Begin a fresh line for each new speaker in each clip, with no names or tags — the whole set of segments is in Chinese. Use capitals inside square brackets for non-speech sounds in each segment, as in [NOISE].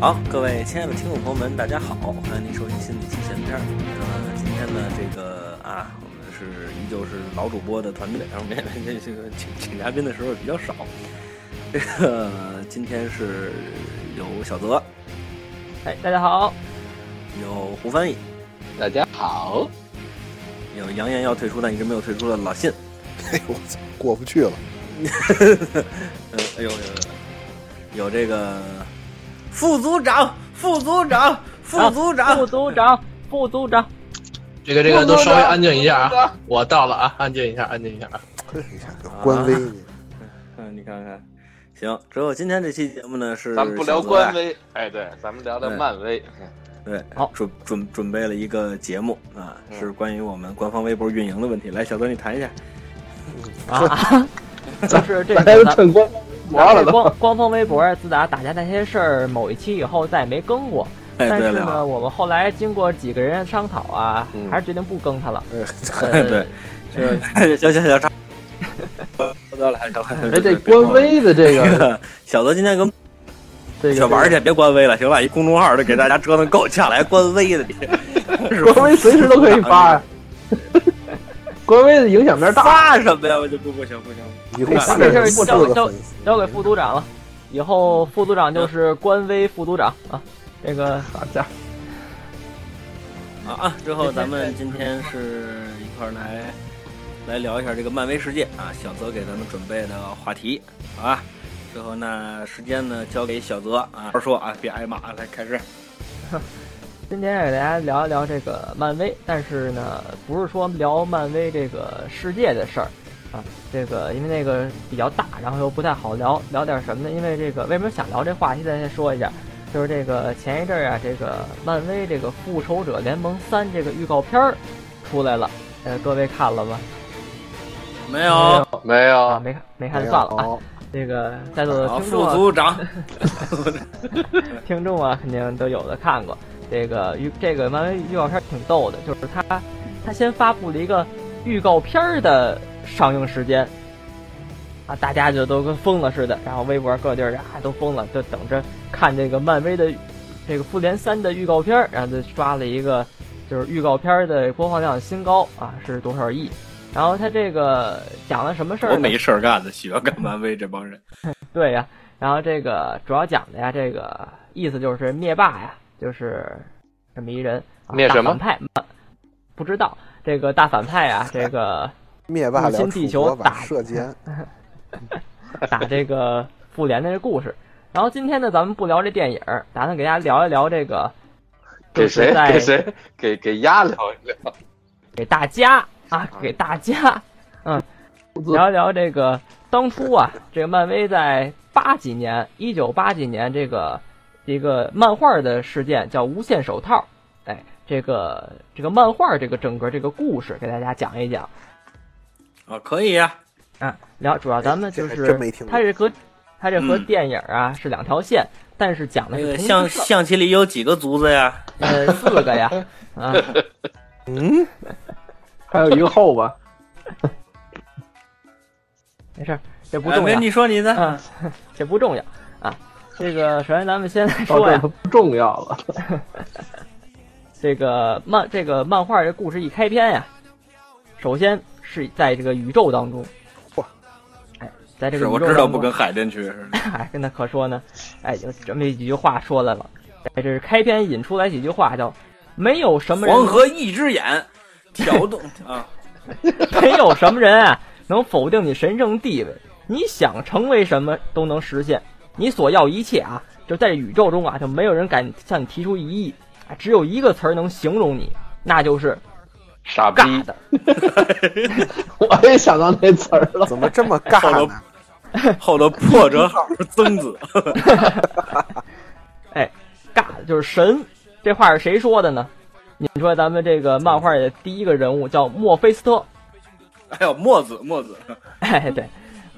好，各位亲爱的听众朋友们，大家好，欢迎您收听新的一期闲片儿。呃，今天呢，这个啊，我们是依旧是老主播的团队，然后这这这个啊请请嘉宾的时候比较少。这个今天是有小泽，
哎，大家好，
有胡翻译，
大家好，
有扬言要退出但一直没有退出的老信，
哎呦我操，过不去了。
呃，哎呦，有有这个副组长，副组长，
啊
副组长，
副组长，副组
[LAUGHS]
长，
这个这个都稍微安静一下啊，我到了啊，安静一下，安静一下啊。
你看这哎官微，
嗯，你看看，行。之后今天这期节目呢是啊
咱们不聊官微，哎，对，咱们聊聊
对
漫威。
小泽呀，嗯对，
好
准准准备了一个节目啊，
嗯
是关于我们官方微博运营的问题。来，小泽你谈一下。
就是这
家
个
都趁光
咱
完了
这
都，
官官方微博，自打打架那些事儿某一期以后，再也没更过。
哎，
但
对
是
了啊，
呢，我们后来经过几个人商讨啊，
嗯
还是决定不更它了。
哎
呃
[LAUGHS] 对，
就是
行 [LAUGHS] 行行，差不多了，小泽。
[LAUGHS] 哎，这
别
官微的这
别
个
别 [LAUGHS] 小泽今天跟
这个
去玩去，别官微了，行吧？一公众号就给大家折腾够呛了，还官微 [LAUGHS] 的，你是吧
官微随时都可以发呀。官微的影响面大，
发什么呀？我就不不行不行，
以后
哎
四
没
事
人四
交
个
交
粉丝，
交给副组长了。以后副组长就是官微副组长啊。这个
大家
啊啊！之后咱们今天是一块儿来来聊一下这个漫威世界啊，小泽给咱们准备的话题，好吧？之后呢，时间呢交给小泽啊，说啊，别挨骂啊，来开始。
今天给大家聊一聊这个漫威，但是呢，不是说聊漫威这个世界的事儿啊，这个因为那个比较大，然后又不太好聊，聊点什么呢？因为这个为什么想聊这话题，咱先说一下，就是这个前一阵儿啊，这个漫威这个《复仇者联盟三》这个预告片儿出来了，呃，各位看了吗？
没有，
没
啊，
有，
没看，没
哎
看就算了啊。
好
这个在座的
好，
听
副
众啊
组长，
[LAUGHS] 听众啊，肯定都有的看过。这个预这个漫威预告片挺逗的，就是他他先发布了一个预告片儿的上映时间，啊，大家就都跟疯了似的，然后微博各地儿啊都疯了，就等着看这个漫威的这个复联三的预告片儿，然后就刷了一个就是预告片儿的播放量新高啊，是多少亿？然后他这个讲了什么事儿呢？
我没事儿干的，喜欢干漫威这帮人。
对呀、然后这个主要讲的呀，这个意思就是灭霸呀，就是这么一人，啊
灭什么
大反派？嗯不知道这个大反派啊，这
[LAUGHS]
个
灭霸
入
聊
侵地
楚国
球
把
打
射箭，
打这个复联的这故事。然后今天呢，咱们不聊这电影儿，打算给大家聊一聊这个，
给
就是
谁
在
给谁给给丫聊一
哦
聊。
给大家啊，给大家，嗯，聊一聊这个当初啊，这个漫威在八几年，一九八几年这个一个漫画的事件叫《无限手套》，哎，这个这个漫画这个整个这个故事给大家讲一讲
啊，可以呀、
啊，聊主要咱们就
哎这还真
是
没听过
它是和它这和
嗯
电影啊是两条线，但是讲的
那
是
个
同一
象
个
象棋里有几个卒子呀？
呃四个呀啊。
嗯，
还有一个后吧，
没事儿，这不
哎
重
没
要，
你说你的。
啊，这不重要啊。这个首先咱们先来
到
说
这
呀
儿，它不重要了。
这个漫这个漫画这故事一开篇呀，首先是在这个宇宙当中。
哇！
哎，在这
是
个宇
我
宙
知道
当
不
中
跟，海淀区似的。
哎，跟他可说呢，哎，就这么几句话说来了。哎，这是开篇引出来几句话，叫“没有什么人
黄河一只眼，挑动啊，
[LAUGHS] 没有什么人啊能否定你神圣地位。你想成为什么都能实现，你所要一切啊，就在宇宙中啊，就没有人敢向你提出异议啊。只有一个词儿能形容你，那就是
傻逼，
尬的。
我也想到那词儿
[LAUGHS]
了，
怎么这么
[LAUGHS]
尬呢？
后头破折号是曾子。
尬的就是神，这话是谁说的呢？你说咱们这个漫画里的第一个人物叫墨菲斯特， [LAUGHS]
哎呦，墨子，墨子。
哎，对，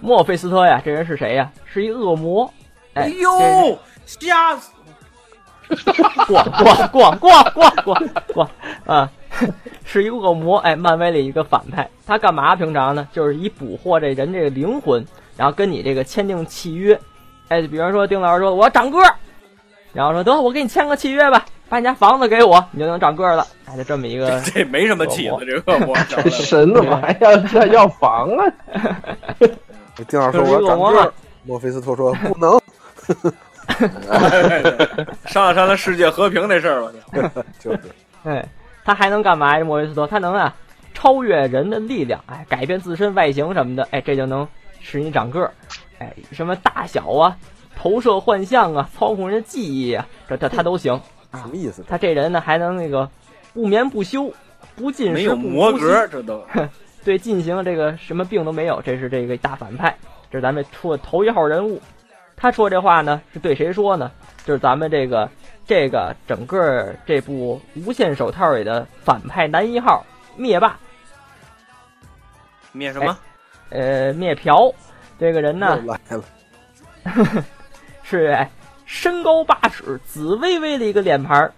墨菲斯特呀，这人是谁呀？是一恶魔。哎
哎呦，吓死！
逛逛逛逛逛逛逛啊，是一个恶魔，哎，漫威里一个反派，他干嘛平常呢？就是以捕获这人这个灵 [LAUGHS] 魂，然后跟你这个签订契约，哎，比方说丁老师说我要长个儿，然后说得我给你签个契约吧，把你家房子给我，你就能长个儿了。哎，就这么一个
呃这没什么起的，这
[LAUGHS]
个我找
这神怎么还要这要房啊？
丁老师说我要长个
[LAUGHS]
儿，墨菲斯托说不能， [LAUGHS]
的商量商量世界和平这事儿
[LAUGHS]
吧。
就是
哎，他还能干嘛呀？莫维斯托，他能啊，超越人的力量，哎，改变自身外形什么的，哎，这就能使你长个儿，哎，什么大小啊，投射幻象啊，操控人的记忆啊，这这他都行。
什么意思？
他这人呢，还能那个不眠不休，不进食，
没有
不
魔
呼吸
格，这都
对进行这个什么病都没有，这是这个大反派，这是咱们出的头一号人物。他说这话呢，是对谁说呢？就是咱们这个这个整个这部《无限手套》里的反派男一号灭霸，
灭什么？
呃，灭朴这个人呢
又来了，
是哎身高八尺、紫薇薇的一个脸盘儿，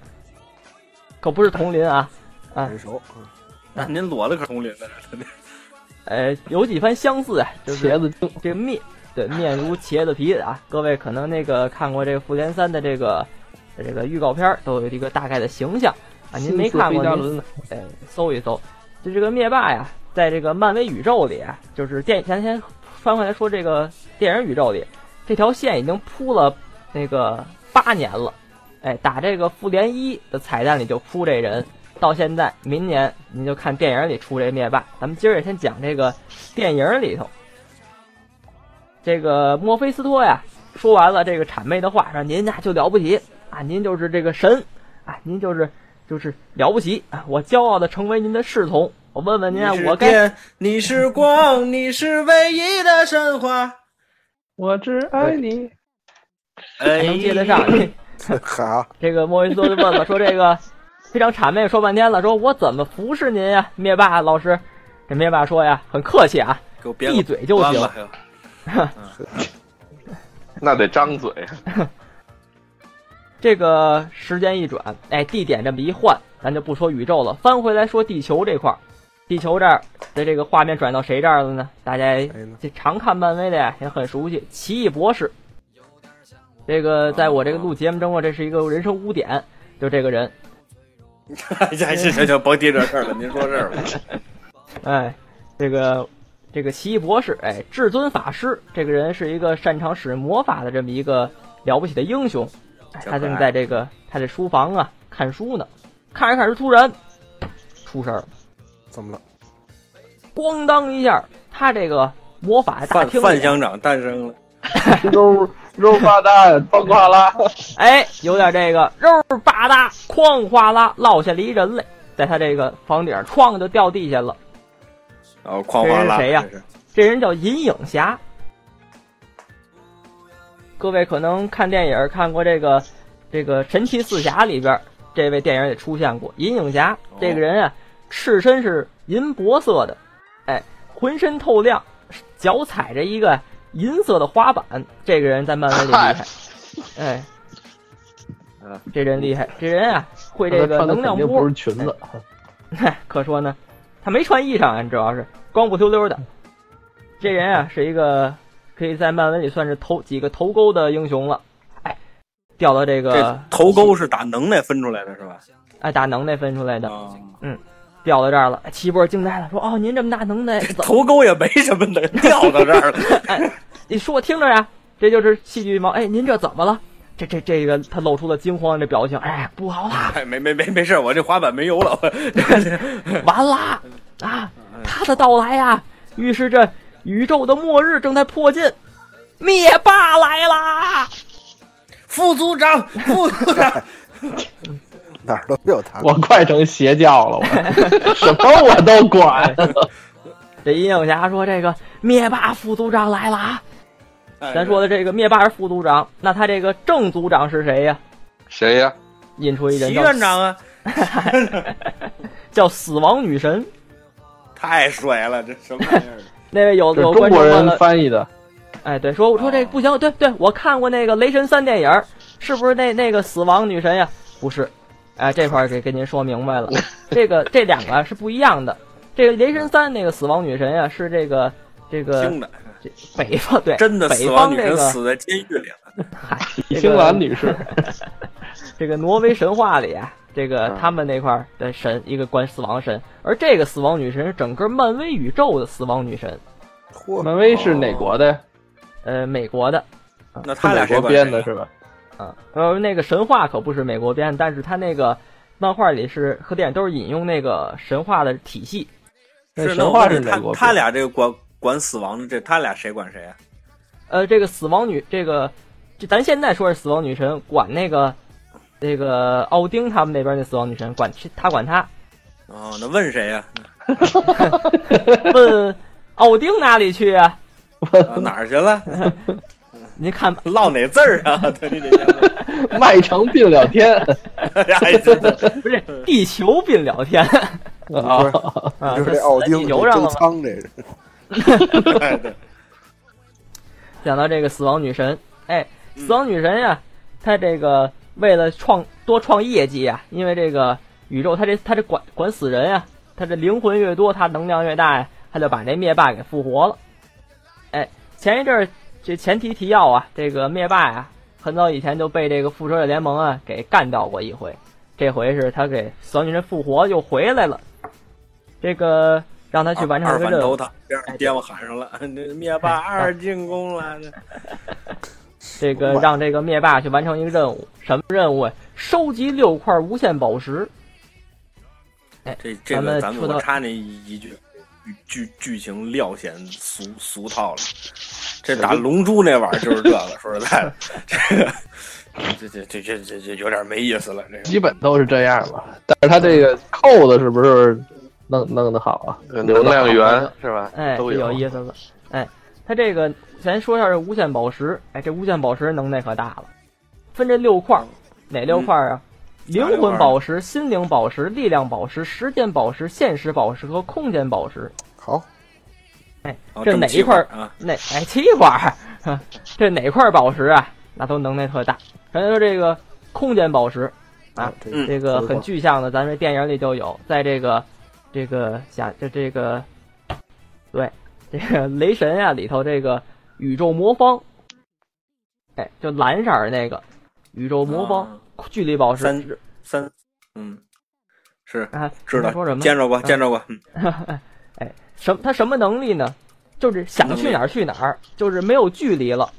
可不是佟林啊，哎
很熟。嗯
啊
那啊您裸了可丛林的，
呃，有几番相似啊，就是
茄子精
这个面对面如茄子皮啊，各位可能那个看过这个《复联三》的这个这个预告片儿，都有一个大概的形象啊。您没看过，
加
您
仑
呃搜一搜。就这个灭霸呀，在这个漫威宇宙里啊，就是电咱先翻回来说这个电影宇宙里，这条线已经铺了那个八年了。哎，打这个复联一的彩蛋里就铺这人，到现在明年您就看电影里出这灭霸。咱们今儿也先讲这个电影里头。这个墨菲斯托呀，说完了这个谄媚的话，说您呀就了不起啊，您就是这个神啊，您就是就是了不起啊，我骄傲的成为您的侍从。我问问您啊，我该
你是光，你是唯一的神话。
我只爱你。
哎
还，能接得上？
嗯好，
[LAUGHS] 这个莫维斯多就问了，说这个非常谄媚，说半天了，说我怎么服侍您呀，灭霸老师？这灭霸说呀，很客气啊，
给我编
闭嘴就行。
行。
那得张嘴。
这个时间一转，哎，地点这么一换，咱就不说宇宙了，翻回来说地球这块儿。地球这儿的这个画面转到谁这儿了呢？大家
谁呢
这常看漫威的呀，也很熟悉，奇异博士。这个在我这个录节目中啊，这是一个人生污点，就这个人，
[LAUGHS] 行行行行，甭提这
[LAUGHS]
事儿了，您说这儿吧。
哎，这个这个奇异博士，哎，至尊法师，这个人是一个擅长使用魔法的这么一个了不起的英雄。哎，
小可
他
爱
正在这个他这书房啊看书呢，看着看着突然出声儿，
怎么了？
咣当一下，他这个魔法大
范
厅
范
里啊，
乡长诞生了，
肉肉挂蛋，崩垮啦！
哎，有点这个肉儿吧嗒，哐哗啦落下了一人来，在他这个房顶儿哐就掉地下了。
然后哐哗啦。
这是谁呀
这是？
这人叫银影侠。各位可能看电影看过这个这个《神奇四侠》里边，这位电影也出现过银影侠
哦
这个人啊，赤身是银箔色的，哎，浑身透亮，脚踩着一个银色的滑板。这个人在漫威里厉
[LAUGHS]
害，哎
啊，
这人厉害，这人啊会这个
嗯穿的
能
肯
量
定
波
不，是裙子，
[LAUGHS] 哎可说呢，他没穿衣裳啊，主要是光不溜溜的。这人啊，是一个可以在漫威里算是头几个头钩的英雄了。哎，掉到这个
这头钩是打能耐分出来的是吧？
哎打能耐分出来的，
啊，
掉到这儿了。哎齐波惊呆了，说：“哦，您这么大能耐，怎么
头钩也没什么能掉到这儿了。
你说我听着呀？”这就是戏剧嘛。哎，您这怎么了？这这这个他露出了惊慌的表情。哎，不好啦，
哎，没没没没事儿，我 [LAUGHS] 这滑板没油了。
完啦！啊，他的到来呀、预示着宇宙的末日正在迫近，灭霸来啦！
副组长，副组
[LAUGHS]
长，
哪儿都没有他。
[LAUGHS] 我快成邪教了，我什么我都管。
这阴影侠说：“这个灭霸副组长来了啊！
哎
咱说的这个灭霸是副组长，那他这个正组长是谁呀？
谁呀？
引出一
齐
人叫
院长啊，
叫死亡女神。
太水了，这什么玩意儿？
那位有
这
有
是
观
中
众
国
问
人
了，
翻译的，
哎，对，说说这不行，对对，我看过那个《雷神三》电影，是不是那那个死亡女神呀？不是，哎，这块儿给跟您说明
[LAUGHS]
白了，这个这两个啊是不一样的。这个《雷神三》那个死亡女神呀，是这个这个
听着，
这北方对
真的
北
死亡
方
女
这
神
个
死在监狱里了。
李青兰女士，
这个挪威神话里啊，这个
嗯
他们那块儿的神，一个管死亡神，而这个死亡女神是整个漫威宇宙的死亡女神，
嚯，
漫威是哪国的？
呃，美国的，
那
是
他俩
美
谁
国
管
编的
谁
是吧？
啊，呃，那个神话可不是美国编，但是他那个漫画里是和电影都是引用那个神话的体系，
啊？
那
是
神
那
话
我
是
问
哪
他
国编？
他俩这个管管死亡的，这他俩谁管谁啊？
呃，这个死亡女，这个这咱现在说是死亡女神，管那个那个奥丁他们那边那死亡女神，管他管他。
哦，那问谁
[LAUGHS]
呀、
问奥丁哪里去啊？
啊哪儿去了？
您看吧，
落哪字儿啊？对你这家伙
[LAUGHS] 漫长病了天
[LAUGHS] 哎
[LAUGHS]
真的
不是地球并聊天
啊！
啊，
就
他
是这
死
奥
在
丁
地
这
球上
周
了嘛。
仓这是，
哎对
讲到这个死亡女神，哎，
嗯
死亡女神呀、她这个为了创多创业绩啊，因为这个宇宙她这她这管管死人呀、她这灵魂越多，她能量越大呀、她就把这灭霸给复活了。哎，前一阵儿这前提提要啊，这个灭霸呀、很早以前就被这个复仇者联盟啊给干掉过一回，这回是他给死亡女神复活又回来了，这个让他去完成
啊二
这个
反
任
头。
务
他，这样爹我喊上了， [LAUGHS] 这灭霸二进攻了，这
这个让这个灭霸去完成一个任务，什么任务啊？收集六块无限宝石。
这这
咱们
个咱们
说到
我插你一句，剧剧情略显俗俗套了。这打龙珠那玩意儿就是这个，说实在的，这个这这这这这这有点没意思了。这
基本都是这样吧。但是他这个扣子是不是弄弄得好啊？
呃能量源是吧？
哎，
都
这有意思了。哎，他这个咱说一下这无限宝石。哎，这无限宝石能耐可大了，分这六块儿，哪六块儿啊？灵
哪六块儿
魂
啊
宝石、心灵宝石、力量宝石、时间宝石、现实宝石和空间宝石。
好，
哦
这
么
哪一
奇怪
块儿
啊？
哪哎七块儿， [LAUGHS] 哼这哪块儿宝石啊？那都能耐特大。咱就说这个空间宝石啊，
嗯
这个很具象的，咱们电影里就有，在这个这个想这这个，对这个雷神啊里头这个宇宙魔方，哎，就蓝色儿那个宇宙魔方、
啊
距离宝石
三三，嗯，是
啊，
知道
说什么啊
见着过，见着过。嗯
什么他什么能力呢？就是想去哪儿去哪儿，就是没有距离了。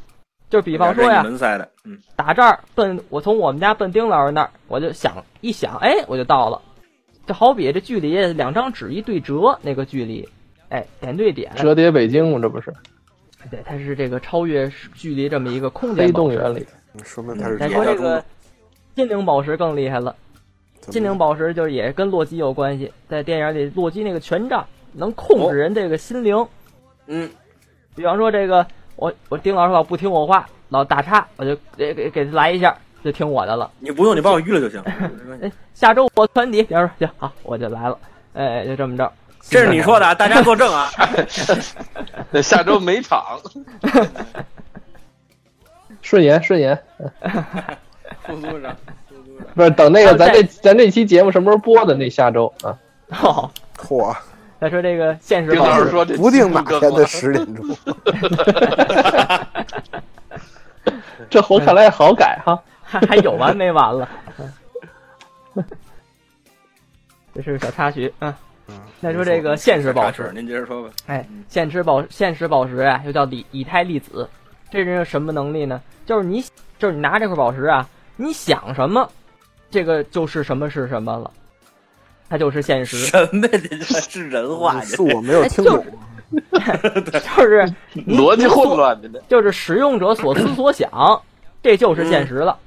就比方说
人
呀
一，门塞的，嗯，
打这儿奔，我从我们家奔丁老师那儿，我就想一想，哎，我就到了。就好比这距离两张纸一对折那个距离，哎，点对点，
折叠北京嘛，这
[LAUGHS]
不是
对，它是这个超越距离这么一个空间
黑
宝
洞
石。
原理。
说明他是
嗯
再
咱
说
野
这
生
个
的
金灵宝石更厉害了，金灵宝石就是也跟洛基有关系，在电影里洛基那个权杖能控制人这个心灵，
嗯，
比方说这个，我我丁老师老不听我话，老打岔，我就给给给他来一下，就听我的了。
你不用，你把我预了就
[LAUGHS]
行。没问题
下周我团体，然后说行好，我就来了，哎，就这么着。 [LAUGHS]
这是你说的啊，大家作证啊。
那下周没场，
[LAUGHS] 顺延顺延，
副组长，副
[LAUGHS]
组长。
不是等那个
啊
咱
对
这咱这期节目什么时候播的？那下周啊，
哦，
嚯，
再说这个现实
丁
宝
老师
石，
说这
不定哪
更
天
了
的十点钟，
[LAUGHS]
这猴看来好改哈。
还还有完没完了？ [LAUGHS] 这是个小插曲，嗯。再说这个呃现实宝
插曲
石，
您接着说吧。
哎，现实宝现实宝石啊，又叫以以太粒子，这是什么能力呢？就是你就是你拿这块宝石啊，你想什么，这个就是什么是什么了，它就是现实。
什么呀？这 [LAUGHS] 是人话，
是我没有听
哎
懂
就，就是你
嗯逻辑混，乱，您这
就是使用者所思所想，这就是现实了。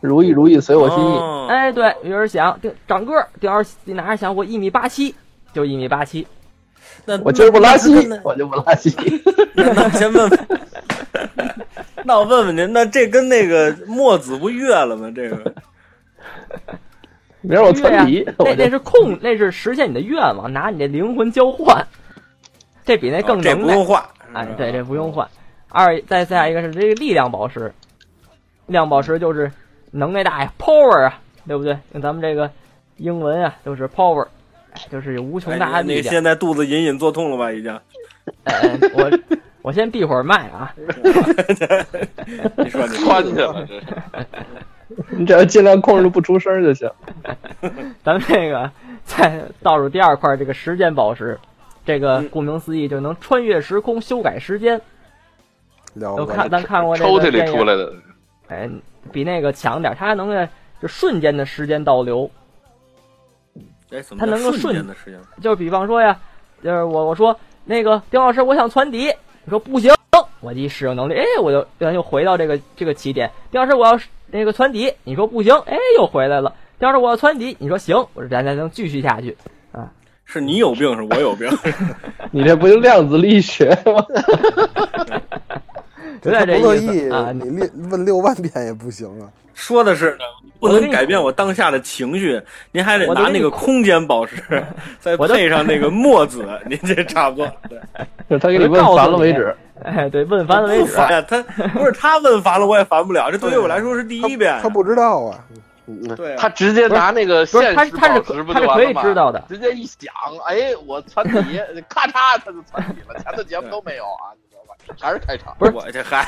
如意如意，随我心意。
哦
哎，对，有人想定长个儿，定要是拿着想我一米八七，就一米八七。
那
我今儿不拉稀
那那，
我就不拉
[LAUGHS]
稀。
那那先问
[LAUGHS]
问，那我问问您，那这跟那个墨子不越了吗？这
[LAUGHS]
个
明
哦
儿我
对呀
村里，
那
我
那
就是
控，那是实现你的愿望，拿你的灵魂交换，这比那更
哦这
能
不
耐。
用画，
哎，对，这不用换。二再再下一个是这个力量宝石，力量宝石就是能耐大呀，power 啊，对不对？用咱们这个英文啊，就是 power，哎就是有无穷大的
哎，
力
你
量。
现在肚子隐隐作痛了吧？已经， [LAUGHS]
哎，我我先闭会儿麦啊。
你说你
窜去了，这是
你只要尽量控制不出声就行。
咱们这个在倒数第二块这个时间宝石，这个
嗯
顾名思义就能穿越时空修改时间。
了
都
解
看咱看过这
哦抽
个
屉里
电
出
影，
来的，
哎，比那个强点儿，它还能在就瞬间的时间倒流。
哎，怎么
它
叫
能够
瞬
瞬
间的时间？
就是比方说呀，就是我我说那个丁老师，我想传笛，你说不行，我一使用能力，哎，我就咱就回到这个这个起点。丁老师，我要是那个传笛，你说不行，哎，又回来了。丁老师，我要传笛，你说行，我说咱才能继续下去。
是你有病，是我有病？ [LAUGHS]
你这不就量子力学吗？
有
他
点
不
这
乐
意
意
思啊，，
你列问六万遍也不行啊。
说的
[LAUGHS]
是呢，不
我跟
能
你
改变我当下的情绪，您还得
我都
拿
跟
那
你
个空间宝石，再
我都
配上那个墨
[LAUGHS]
子，您这差不多。对
就是他给你问烦了为止。
哎，对，问烦了为
不
止。
烦呀，他不是他问烦了，我也烦不了。这对于我来说是第一遍。
他不知道啊，
对啊
他直接拿那个现
不是
实
他是
宝
他是可
石不就完了
他是
吗？
可以知道的
直接一想，哎，我传底，咔嚓，他就传底了，前头节目都没有啊，你知道吧？还是开场，
不是
我这还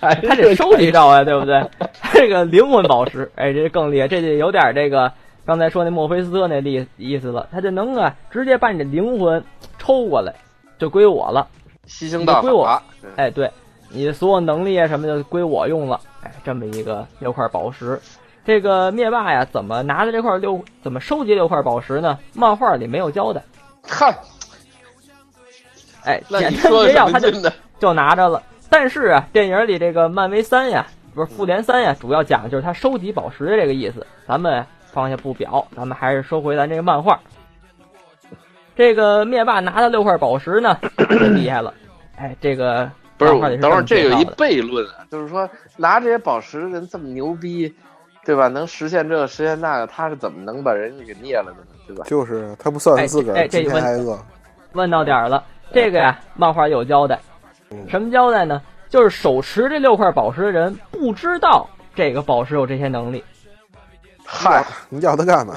哎，
他得收集到
[LAUGHS]
啊，对不对？ [LAUGHS] 他这个灵魂宝石，哎，这更厉害，这就有点这个刚才说那墨菲斯特那意意思了，他就能啊直接把你的灵魂抽过来，就归我了。
吸星大
你归我
法，
哎，对，你的所有能力啊什么的归我用了，哎，这么一个六块宝石。这个灭霸呀，怎么拿的这块六，怎么收集六块宝石呢？漫画里没有交代，
嗨，
哎，
那
简
你
单
说
截
什
要，他
么
就
劲呢？
就拿着了。但是啊，电影里这个漫威三呀，不是复联三呀，主要讲的就是他收集宝石的这个意思。咱们放下不表，咱们还是说回咱这个漫画。这个灭霸拿了六块宝石呢，就厉害了。哎，这个
不是，
漫画里
等会儿
这
这
么介
有一
绍的
悖论啊，就是说拿这些宝石的人这么牛逼，对吧？能实现这个实现那个，他是怎么能把人家给灭了的呢？对吧？
就是他不算
哎
自个
哎
儿，
这
今天
问
挨饿。
问到点儿了，这个呀，漫画有交代，什么交代呢？就是手持这六块宝石的人不知道这个宝石有这些能力。
嗨，
你要他干嘛？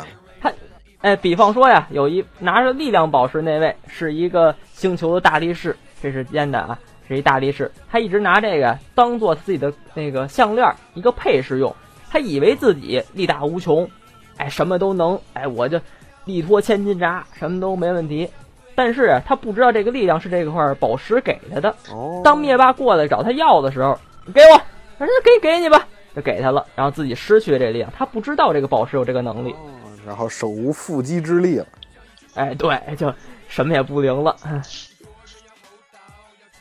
哎，比方说呀，有一拿着力量宝石那位是一个星球的大力士，这是真的啊，是一大力士。他一直拿这个当做自己的那个项链儿一个配饰用，他以为自己力大无穷，哎，什么都能，哎，我就力托千斤闸，什么都没问题。但是啊他不知道这个力量是这块宝石给他的。
哦，
当灭霸过来找他要的时候，给我，他说给给你吧，就给他了，然后自己失去了这力量，他不知道这个宝石有这个能力。
哦然后手无缚鸡之力了。
哎，对，就什么也不灵了。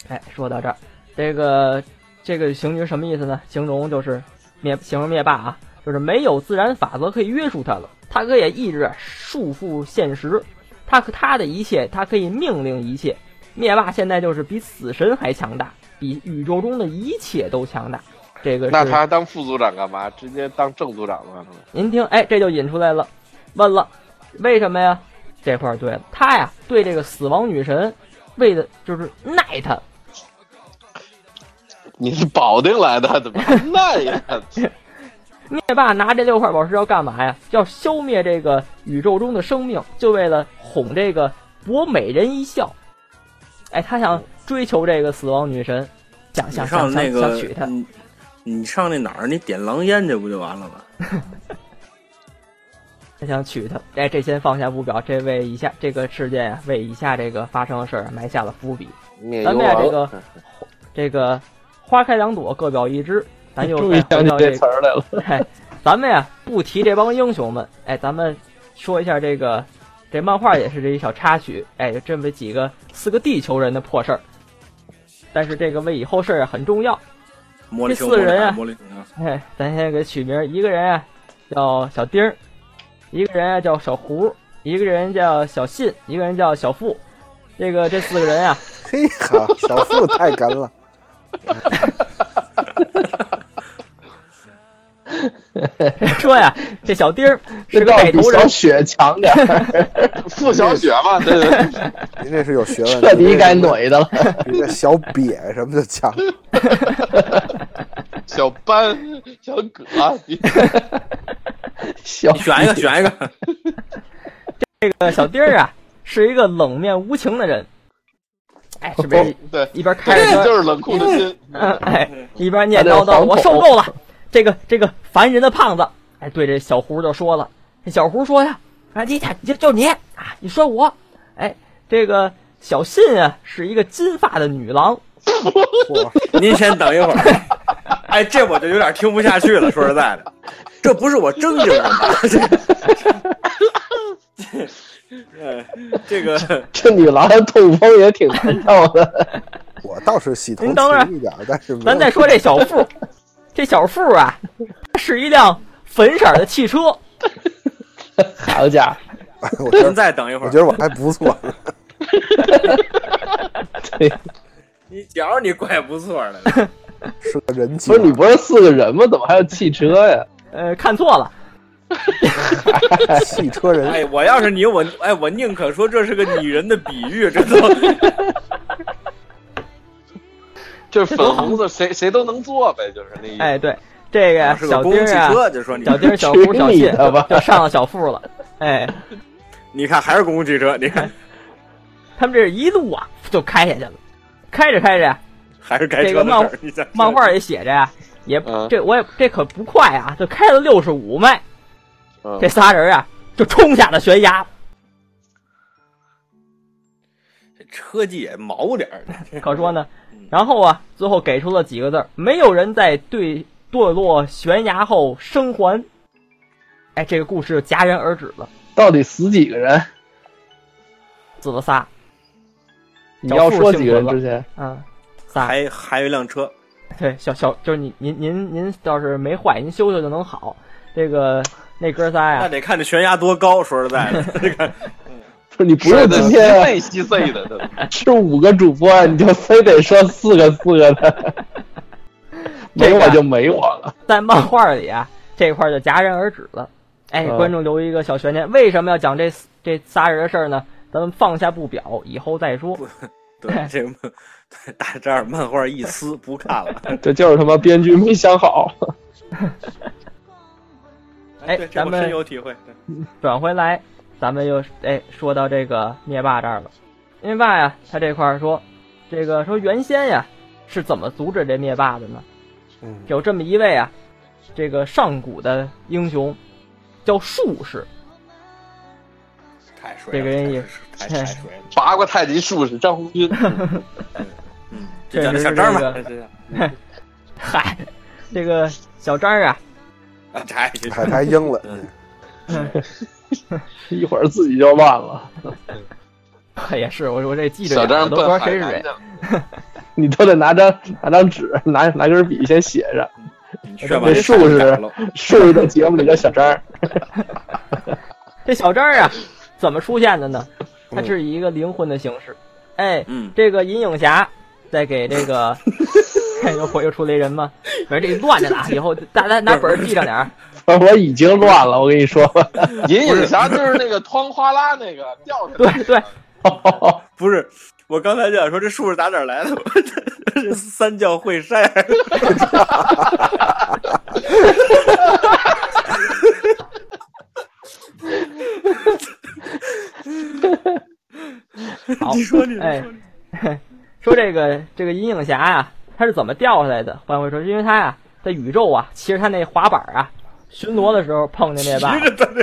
哎，说到这儿，这个这个刑局什么意思呢？形容就是灭，形容灭霸啊，就是没有自然法则可以约束他了，他可以意志啊束缚现实，他可他的一切，他可以命令一切。灭霸现在就是比死神还强大，比宇宙中的一切都强大。这个是
那他当副组长干嘛？直接当正组长了？
您听，哎，这就引出来了，问了，为什么呀？这块儿对了，他呀对这个死亡女神，为的就是耐她，
你是保定来的，怎么那呀？
[LAUGHS] 灭霸拿这六块宝石要干嘛呀？要消灭这个宇宙中的生命，就为了哄这个博美人一笑。哎，他想追求这个死亡女神，想
你
想
上
想
那
想想
个
娶她。
你你上那哪儿？你点狼烟去不就完了吗？
他想娶她。哎，这先放下不表，这为以下这个事件呀，为以下这个发生的事儿埋下了伏笔。
灭
咱
油
们俩
王
这
[LAUGHS]
个这个花开两朵，各表一枝。咱又
[LAUGHS] 注
再
意想
回
起
到
这
这
词
个，
儿来了。
哎，咱们呀不提这帮英雄们，哎，咱们说一下这个这漫画也是这一小插曲，哎，就这么几个四个地球人的破事儿。但是这个为以后事儿啊很重要，
魔力
这
熊，
四个人啊
魔力熊啊，
哎，咱先给取名，一个人啊叫小丁儿，一个人啊叫小胡，一个人叫小信，一个人叫小付。这个这四个人啊， [LAUGHS]
嘿哈，小付太干了，
说呀，这小丁儿是个
倒
带
比
头人
小，雪强点儿，
[LAUGHS]
付小雪嘛，对对对，
您这是有学
嗯
问，
彻底该怼
[LAUGHS]
的了。
比这小瘪什么的强。
小班、小葛，啊
[LAUGHS]
你
小
你选一个，选一个。
这个小丁儿啊，是一个冷面无情的人。哎，是不是
对，
一边开着
这
车，
就是冷酷的心。
嗯，哎，一边念
他这
叨
个
叨，
惶恐
我受够了，这个这个烦人的胖子，哎，对这小胡就说了，这小胡说呀，啊，你看就就你啊，你说我，哎，这个小信啊是一个金发的女郎，
您先等一会儿。哎，这我就有点听不下去了。说实在的，这不是我正经人吧？这，呃， [LAUGHS] 这个
这女郎痛风也挺难受
[LAUGHS]
的。
我倒是洗头
您等会儿
勤一点，但是没有
咱再说这小富，这小富啊，它是一辆粉色儿的汽车，
好家伙，
[LAUGHS] 我觉
您
得
再等一会
我
儿
觉。得我还不错，
你觉着你怪不错的，
是个人气
不。是你不是四个人吗？怎么还有汽车呀？
呃，看错了，
汽车
[LAUGHS]
人，
哎，我要是你，我哎，我宁可说这是个拟人的比喻，这都
就
这
是
多好
色，谁谁都能坐呗，就是那意
[LAUGHS]
思。
哎，对，这个
是个
小
公
丁
共汽
儿啊，
车，就说你
小丁儿、小胡、小
去
信
你的吧
就上了小富了，哎，
你看还是公共汽车，你看
他们这一路啊就开下去了，开着开着呀，
还是开
这
车
个
的事
漫
儿。你想
漫画也写着呀，也
嗯
这我也这可不快啊，就开了六十五迈，
嗯
这仨人啊就冲下了悬崖，
车技也毛点儿，
可说呢
嗯，
然后啊，最后给出了几个字儿：没有人在对堕落悬崖后生还。哎，这个故事戛然而止了，
到底死几个人？
死了仨，
你要说几个人之前，
嗯，仨。
还还有一辆车，
[LAUGHS] 对，小小就是你您您您要是没坏，您修修就能好。这个那哥仨
那
哎呀，
得看这悬崖多高。说实在的，
[LAUGHS]
这个
不是你不是今天啊
稀碎的，对吧
[LAUGHS]
是五个主播，你就非得说四个四个的，没我就没我了。
在漫画里啊这块儿就戛然而止了。哎，
嗯
观众留一个小悬念，为什么要讲这四这仨人的事儿呢？咱们放下不表，以后再说。
对这个打这儿漫画一撕不看了。
这就是他妈编剧没想好。 [LAUGHS]
[LAUGHS]
哎
对这
咱
我
们
深有体会。对
转回来，咱们又哎说到这个灭霸这儿了。灭霸呀，他这块儿说，这个说原先呀是怎么阻止这灭霸的呢？
嗯，
有这么一位啊，这个上古的英雄叫术士，
太水了，
这个人也
太太太水了。
八个太极术士张
[LAUGHS]
红军，
嗯，就讲这小张吧，
嗨，这个小张啊， [LAUGHS]
啊，太
海苔应了，
[LAUGHS] 嗯
一会儿自己就忘了，
也是我我这记着
小
呀
张
我都不知道
奔
谁
海
是谁
南去。了。
你都得拿张拿张纸，拿拿根笔先写上。
你去把这
嗯是不是
改了
是的节目里的小张儿， [LAUGHS]
这小张啊，怎么出现的呢？它是以一个灵魂的形式，哎，
嗯，
这个银影侠在给这个，又回又出雷人吗？反正这乱着呢，以后大家拿本儿记上点儿。
我已经乱了。我跟你说，
[LAUGHS]
银影侠就是那个汤哗啦那个掉下来，
对对，
不是，我刚才就想说这数是打哪儿来的？这三教会山，
好，
你说你说
哎，说这个这个银影侠啊，他是怎么掉下来的？换回说，因为他呀、在宇宙啊，骑着他那滑板啊，巡逻的时候碰见灭霸
这，咱这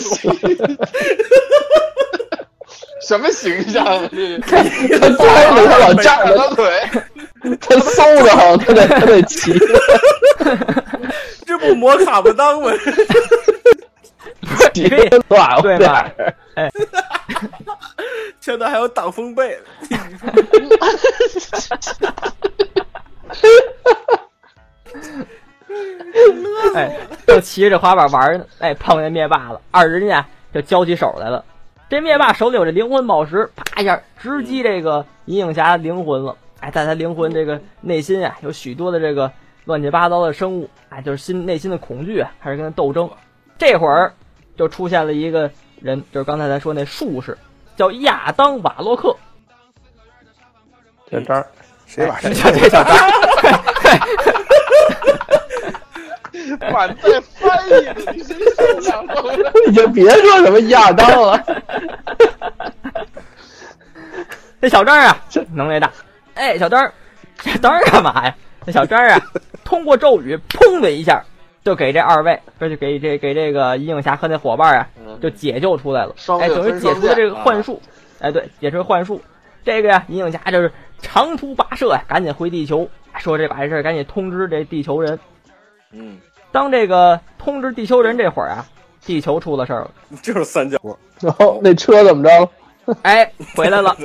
什么形象？
啊
[LAUGHS] 这是
他拽着他往站
站着
着，
他腿，
他嗖着，他得他得骑。
这不磨卡巴当吗？
你别乱
对吧？
现在还有挡风被，
[LAUGHS] 哎，就骑着滑板玩儿呢，哎，碰见灭霸了，二人呀就交起手来了。这灭霸手里有这灵魂宝石，啪一下直击这个银影侠灵魂了。哎，在他灵魂这个内心啊，有许多的这个乱七八糟的生物，哎，就是心内心的恐惧啊，开始跟他斗争。这会儿就出现了一个人，就是刚才咱说那术士，叫亚当瓦洛克， [LAUGHS]
小张儿，
谁把谁
就这哎小张。
反对翻译的，你真受不了。
[LAUGHS] 你就别说什么亚当了，
这小张啊，能耐大。
[LAUGHS]
哎，小张儿，小张儿干嘛呀？这小张儿啊，通过咒语，砰的一下就给这二位，这就给这给这个银影侠和那伙伴啊， [LAUGHS] 就解救出来了。
嗯双
哎，
月
等于
分
解
双
除了
剑啊
这个幻术，哎，对，解除了幻术。这个呀，银影侠就是长途跋涉呀，赶紧回地球，说这把这事儿赶紧通知这地球人。
嗯，
当这个通知地球人这会儿啊，地球出了事儿了。
嗯就是三角。
然后那车怎么着了？
哎，回来
[LAUGHS]
了，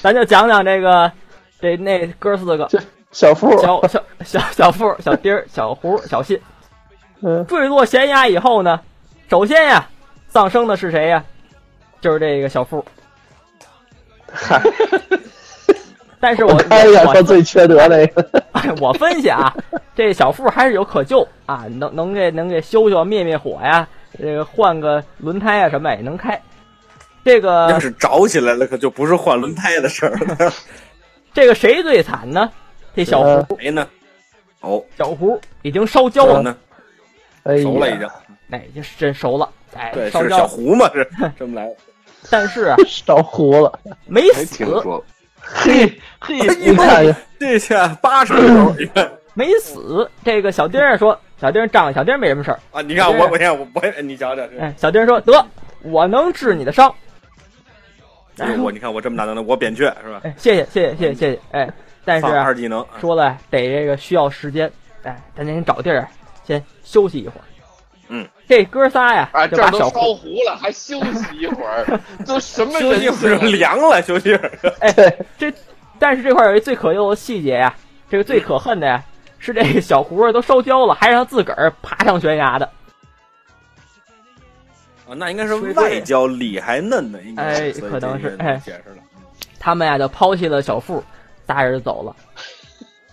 咱就讲讲这个这那哥四个，
小付，
小小小小富、小丁儿、小胡、小信
[LAUGHS] 嗯，
坠落悬崖以后呢，首先呀，丧生的是谁呀？就是这个小
[LAUGHS]
富。但是我
开一下他最缺德那个，
哎，我分析啊，这小富还是有可救啊，能能给能给修修灭灭火呀，这个换个轮胎啊什么也能开。这个
要是着起来了，可就不是换轮胎的事儿 [LAUGHS] 了。
这个谁最惨呢？这小
呃
胡
谁哎呢？哦，
小胡已经烧焦
我
了，
呢？
哎呀
熟了已经。
哎，已经真熟了，哎，
对，
烧
是
焦
小
了。
胡嘛，是这么来的。
但是
[LAUGHS]
啊
烧糊了，哎
没
没
死，
嘿嘿，
[LAUGHS]
你看看，
这下八十头，你看
没死。这个小丁儿说，小丁儿仗着小丁儿没什么事儿。
啊，你看我，我看我，我也，你瞧瞧，
哎，小丁儿说得，我能治你的伤。
这我你看我这么大能耐，我扁鹊是吧？
哎，谢谢谢谢谢谢谢谢。哎，但是
放
啊
二技能，啊
说了得这个需要时间，哎，咱先找地儿先休息一会儿。
嗯，
这哥仨呀，
啊
哎，
就
这
把
儿都
小
烧
胡
糊了，还休息一会儿，都什么
[LAUGHS] 休息一
人
会儿
性
就
啊？
凉了，休息一会儿。
这，但是这块儿有一最可忧的细节呀，这个最可恨的呀，是这个小胡儿都烧焦了，还让他自个儿爬上悬崖的。
啊，那应该是
水
外
遁
焦里还嫩的，应该
哎
所以
可能
这
是
个
哎
解释了。
他们呀就抛弃了小富，仨人就走了。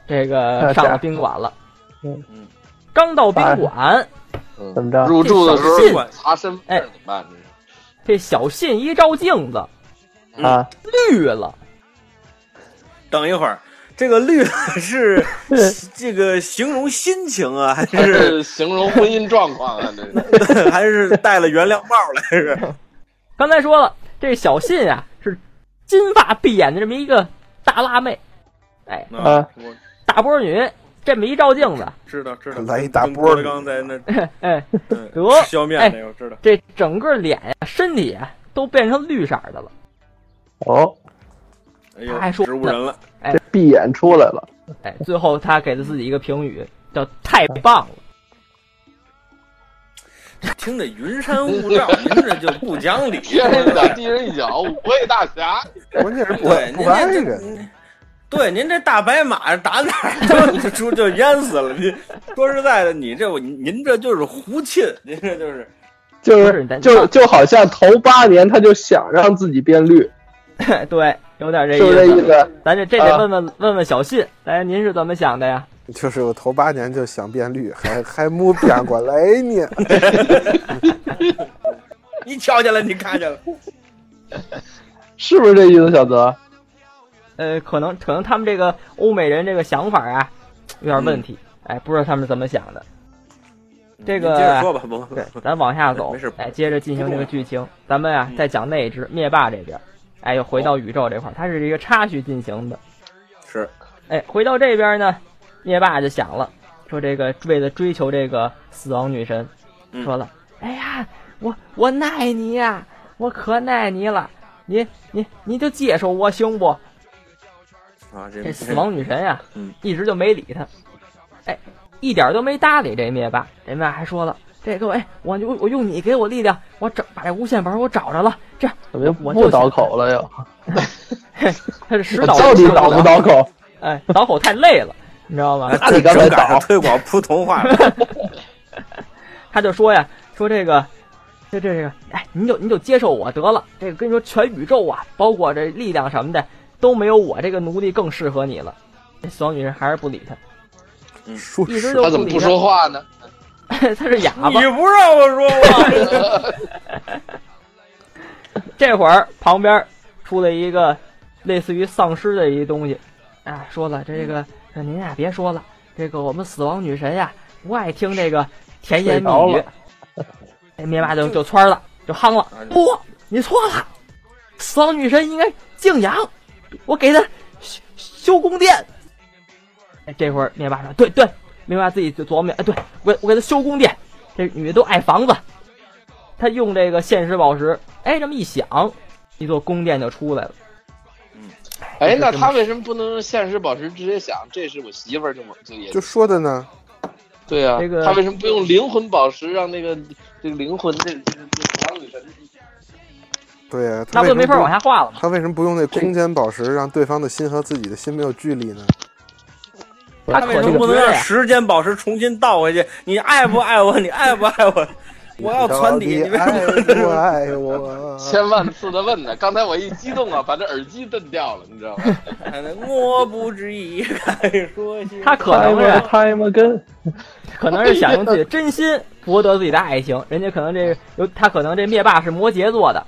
这
[LAUGHS]
个上了宾馆了，
哎嗯
嗯，
刚到宾馆，
怎么着？
入住的时
这小哎
候
信
查身份证怎么办？
这小信一照镜子
啊，
绿了，
等一会儿，这个绿是这个形容心情啊，还
哎
这
是
是形容婚姻状况啊，这是。
还是戴了原谅帽来着？
刚才说了，这小信啊是金发碧眼的这么一个大辣妹，哎，
啊，
我
大波女，这么一照镜子，
知道知道，
来一大
跟
波
郭
儿
德纲在那
[LAUGHS]
哎，
嗯
得
吃削面那个，我知道。
这整个脸呀、身体啊都变成绿色儿的了。
哦，
哎呦
他还，说
植物人了，
闭眼出来了，
哎，最后他给了自己一个评语，叫“太棒了
听着云山雾罩，您这就不讲
[LAUGHS]
[LAUGHS]
理。
天人一脚，地人一脚，五位大侠。
关键是不
对，
不挨
您
着，
这，嗯对，您这大白马打哪儿就就就淹死了。您说实在的，你这您您这就是胡沁，您这就是
就
不是
是
你在
就就好像头八年他就想让自己变绿，”，
[LAUGHS] 对，有点这
就是这意
意思。
思。
咱这这得
啊
问问、问问小信，来，您是怎么想的呀？
就是我头八年就想变绿，还 [LAUGHS] 还没变过来呢。
你瞧见了，你看见了。
是不是这意思，小泽？
呃，可能可能他们这个欧美人这个想法啊有点问题，哎，不知道他们是怎么想的。 [LAUGHS] 这个
您接着说吧，不
对，
[LAUGHS]
咱往下走
没事，
哎，接着进行这个剧情。咱们啊，
嗯
再讲那一只灭霸这边，哎，又回到宇宙这块儿，它是一个插叙进行的。
哦是
哎，回到这边呢，灭霸就想了，说这个为了追求这个死亡女神，
嗯
说了，哎呀，我我爱你呀、我可爱你了，你你你就接受我行不？
啊，这
这死亡女神呀、
嗯
一直就没理他，哎，一点都没搭理这灭霸。这灭霸还说了，这个哎，我就我用你给我力量，我找把这无限本我找着了。这样
怎么又
我
不
就
倒口了又？
他是实
我
导，
到底倒不倒口？
哎，倒口太累了，你知道吗？
哎
那你刚才
正赶上
倒
推广普通
[LAUGHS]
话了，
他就说呀，说这个，这这这个，哎，你就你就接受我得了。这个跟你说，全宇宙啊，包括这力量什么的，都没有我这个奴隶更适合你了。这死亡女人还是不理他，
说
一直哎
实
就
他怎么不说话呢？
理 [LAUGHS] 他？他是哑巴。
你不让我说话，
[LAUGHS] 这会儿旁边出了一个类似于丧尸的一东西，啊，说了这个，说您呀别说了，这个我们死亡女神呀不爱听这个甜言蜜
睡着
语
了，
这灭霸就就窜了，就夯了，不，你错了，死亡女神应该敬仰，我给她修修宫殿。哎这会儿灭霸说，对对，另外自己就琢磨，哎，对我我给他修宫殿，这女的都爱房子，他用这个现实宝石，哎，这么一想，一座宫殿就出来了。
哎，那他为什么不能用现实宝石直接想？这是我媳妇儿，就就也
就说的呢，
对啊。
这个
他为什么不用灵魂宝石让那个这个灵魂这这这这王女神？
对呀、他
那不
为什
就
么
没法往下画了吗？
他为什么不用那空间宝石，让对方的心和自己的心没有距离呢？
他
为
可
什么
[LAUGHS]
啊
这
不
个
能
啊绝
让
呀
时间宝石重新倒回去？你爱不爱我？你爱不爱我？我要
到
攒
底
底，你为什
爱
么？[LAUGHS]
不爱哎
啊
我？
千万次的问呢，刚才我一激动啊， [LAUGHS] 把这耳机蹬掉了，你知道吗？
我不知一该说些。
他
啊
可能
哎
是
time 跟
可能是想用自己的真心博得自己的爱情，人家可能这个有他可能这灭霸是摩羯座的，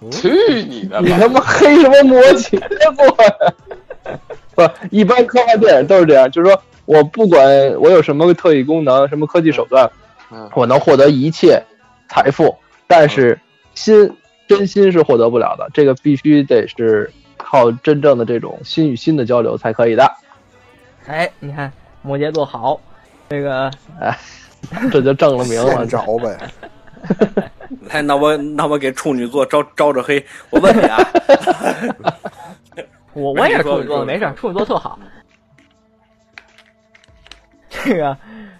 嗯
去你的
你
吧！
他妈黑什么魔羯座呀？不，一般科幻电影都是这样，就是说我不管我有什么特异功能、什么科技手段，
嗯
我能获得一切财富，但是心真心是获得不了的，这个必须得是靠真正的这种心与心的交流才可以的，
哎，你看摩羯座好，这个
哎这就证了名了
现。找呗，
来，哎那我那我给处女座招招着黑。我问你啊，
我
没
我也是
说
处女座的，
没
没
说
事，处女座特好。 [LAUGHS] 这个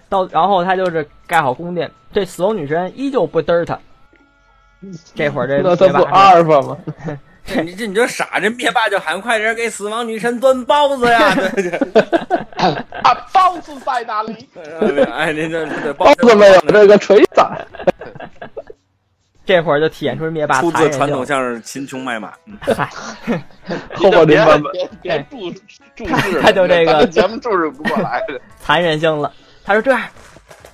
到然后他就是盖好宫殿，这死亡女神依旧不嘚儿他。这会
[LAUGHS]
儿这
那他
灭
不
霸
阿
还
尔法吗？
你这你就傻，这灭霸就喊快点给死亡女神端包子呀！对对
啊，包子在
[LAUGHS]
哪里？
对哎，您这这
包子没有这个锤子，
这会儿就体现出灭霸
出
残
自
忍
传统
性。
相声《秦琼卖马》嗯。
嗨，
后边
别
这版本
别
[LAUGHS]
别注注释了，
哎他就这个
咱们节目注释不过来
[LAUGHS]
了。
残忍性了。他说这样，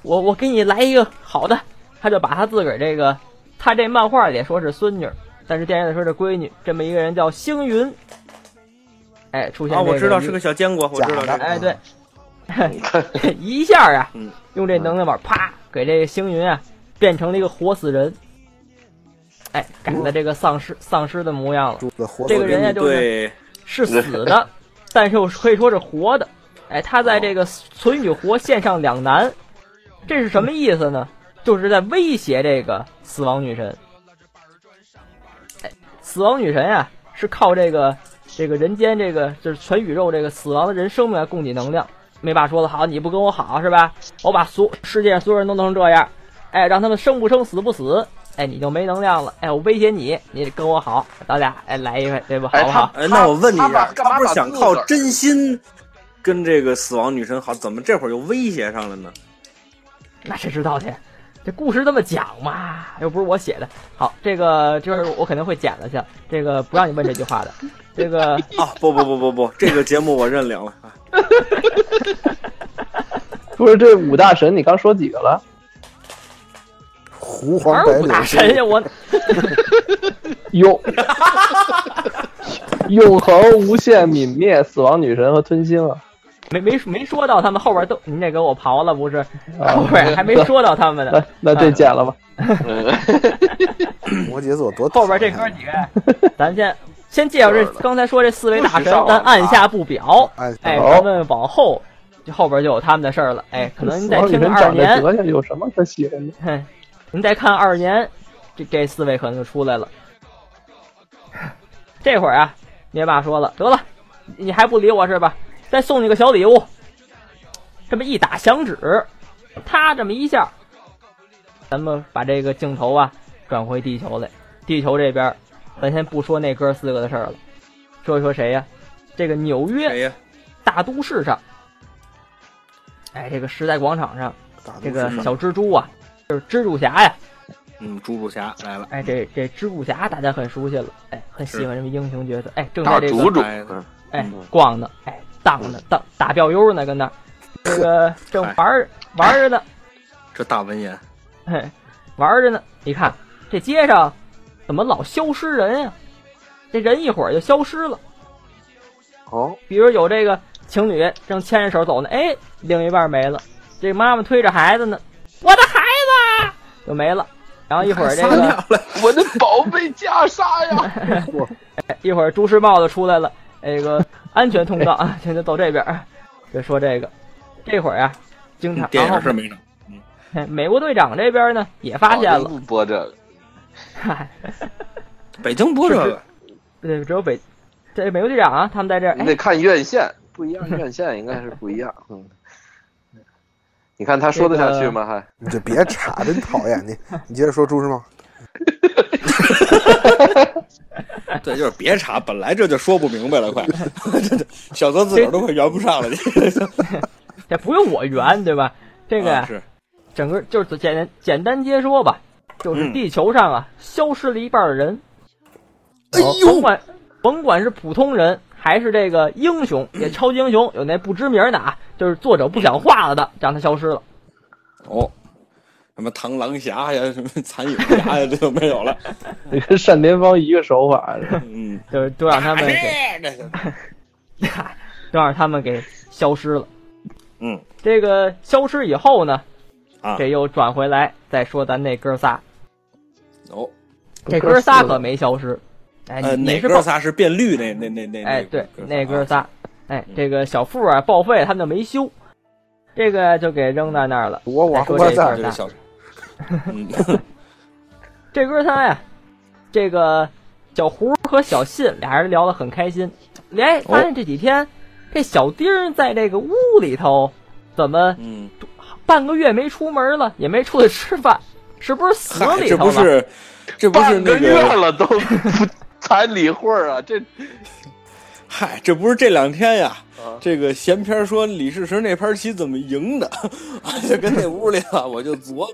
我我给你来一个好的，他就把他自个儿这个，他这漫画里说是孙女，但是电影里说是闺女，这么一个人叫星云，哎，出现、
啊，
这
我知道是
个
个小坚果，我知道
假
这
的
个。
哎对， [LAUGHS] 一下啊
嗯，
用这能量宝啪给这个星云啊变成了一个活死人，哎，改了这个丧尸丧尸的模样了，
主子活
这
动
个人呀就是
对，
是死
[LAUGHS]
的，但是又可以说是活的。哎，他在这个存与活线上两难，这是什么意思呢？就是在威胁这个死亡女神。哎，死亡女神呀、是靠这个这个人间这个就是全宇宙这个死亡的人生们来供给能量。灭霸说了，好，你不跟我好是吧？我把所世界上所有人都弄成这样，哎，让他们生不生死不死，哎，你就没能量了，哎，我威胁你，你得跟我好，咱俩哎来一回，对不？好
哎
不好？
哎，那我问你一
他把
下，
干嘛
他不是
把
想
自个
靠
儿
真心跟这个死亡女神好，怎么这会儿又威胁上了呢？
那谁知道去？这故事这么讲嘛，又不是我写的。好，这个就是我肯定会剪了去，这个不让你问这句话的。这
[LAUGHS]
个
啊，不不不不不，这个节目我认领了。啊
不是这五大神，你刚说几个了？
胡
哪
黄白
有
柳
大神呀？我
永 [LAUGHS] 永恒、无限、泯灭、死亡女神和吞星啊！
没没没说到他们后边都，您这给我刨了不是？
啊
后边还没说到他们呢
[LAUGHS] 那。那这剪了吧。
嗯
摩羯座多讨
后
厌
边这哥几个，咱先先介绍这刚才说这四位大神，咱按下不表。
哎，
哎，
啊好
咱们往后就后边就有他们的事儿了。哎，可能您
死
再
亡女
听
神
二
长这
年，
德行有什么可喜欢的？ [LAUGHS]
哼， [LAUGHS] 您再看二年，这这四位可能就出来了。 [LAUGHS] 这会儿啊，灭霸说了，得了，你还不理我是吧？再送你个小礼物。这么一打响指，他这么一下，咱们把这个镜头啊转回地球来。地球这边儿，咱先不说那哥四个的事儿了，说一说谁呀、这个纽
谁
约
呀？
大都市上，哎，这个时代广场上，
大
哎这
啊都
个
市
小蜘蛛啊，就是蜘蛛侠呀，
嗯，猪猪侠来了。
哎，这这蜘蛛侠大家很熟悉了，哎，很喜欢这么英雄角色，哎，正
大
在这
主
个
主，
哎
哎逛呢，哎荡呢，荡打标悠呢，跟那儿，这个正玩儿玩儿着呢，
这大文言，
嘿，玩儿着呢，你看这街上怎么老消失人呀、这人一会儿就消失了，
哦，
比如有这个情侣正牵着手走呢，哎，另一半没了，这妈妈推着孩子呢，我的孩子啊就没了，然后一会儿这个。
我的宝贝袈裟
[LAUGHS]
呀！
一会儿朱时茂就
[LAUGHS]
出来了，哎这个安全通道啊，现在走这边儿，就说这个，这会儿啊，经常
电
然后哎
影是没整，
美国队长这边呢也发现
老
了，哎
不播这个，
啊
嗨，
北京不是这个，
[LAUGHS] 对，只有北这美国队长啊，他们在这儿
你
哎
得看院线，不一样，院线应该是不一样。嗯，你看他说得下去吗？还
你就别查，真讨厌你。你接着说朱师茂，
对，就是别查，本来这就说不明白了，快，这这小泽自个儿都快圆不上了，这
这不用我圆对吧？这个呀、
啊是
整个就是简简单接说吧，就是
嗯
地球上啊、消失了一半的人，
哎
哦甭管甭管是普通人还是这个英雄，也超级英雄，有那不知名的啊，就是作者不想画了的，让他消失了。
哦，什么螳螂侠呀，什么残影侠呀，这都没有了，
你跟单田芳一个手法，
嗯，
就是都让他们给，
这是
都让他们给消失了。
嗯
这个消失以后呢，
啊
这又转回来再说咱那哥仨，
哦，
这哥仨可没消失。哎，
呃，
你你
哪
是报
哥仨是变绿那那那那？
哎，对，那
哥
哥
仨啊
仨，哎
嗯，
这个小付啊报废，他们就没修，这个就给扔在那儿了。
我我
再哎说
我
这
在
事儿
这
仨
是小，嗯， [LAUGHS]
这哥仨呀，这个小胡和小信俩人聊得很开心，哎，发现这几天、这小丁儿在这个屋里头怎么 [LAUGHS]
嗯，
半个月没出门了，也没出去吃饭，是不是死
嗨，
里
这
头
不
了？
是，这不是
半
那
个月
个，
了都不才理会儿啊，这
嗨，这不是这两天呀
啊。
这个闲篇说李世石那盘棋怎么赢的， [LAUGHS] 就跟那屋里啊，我就琢，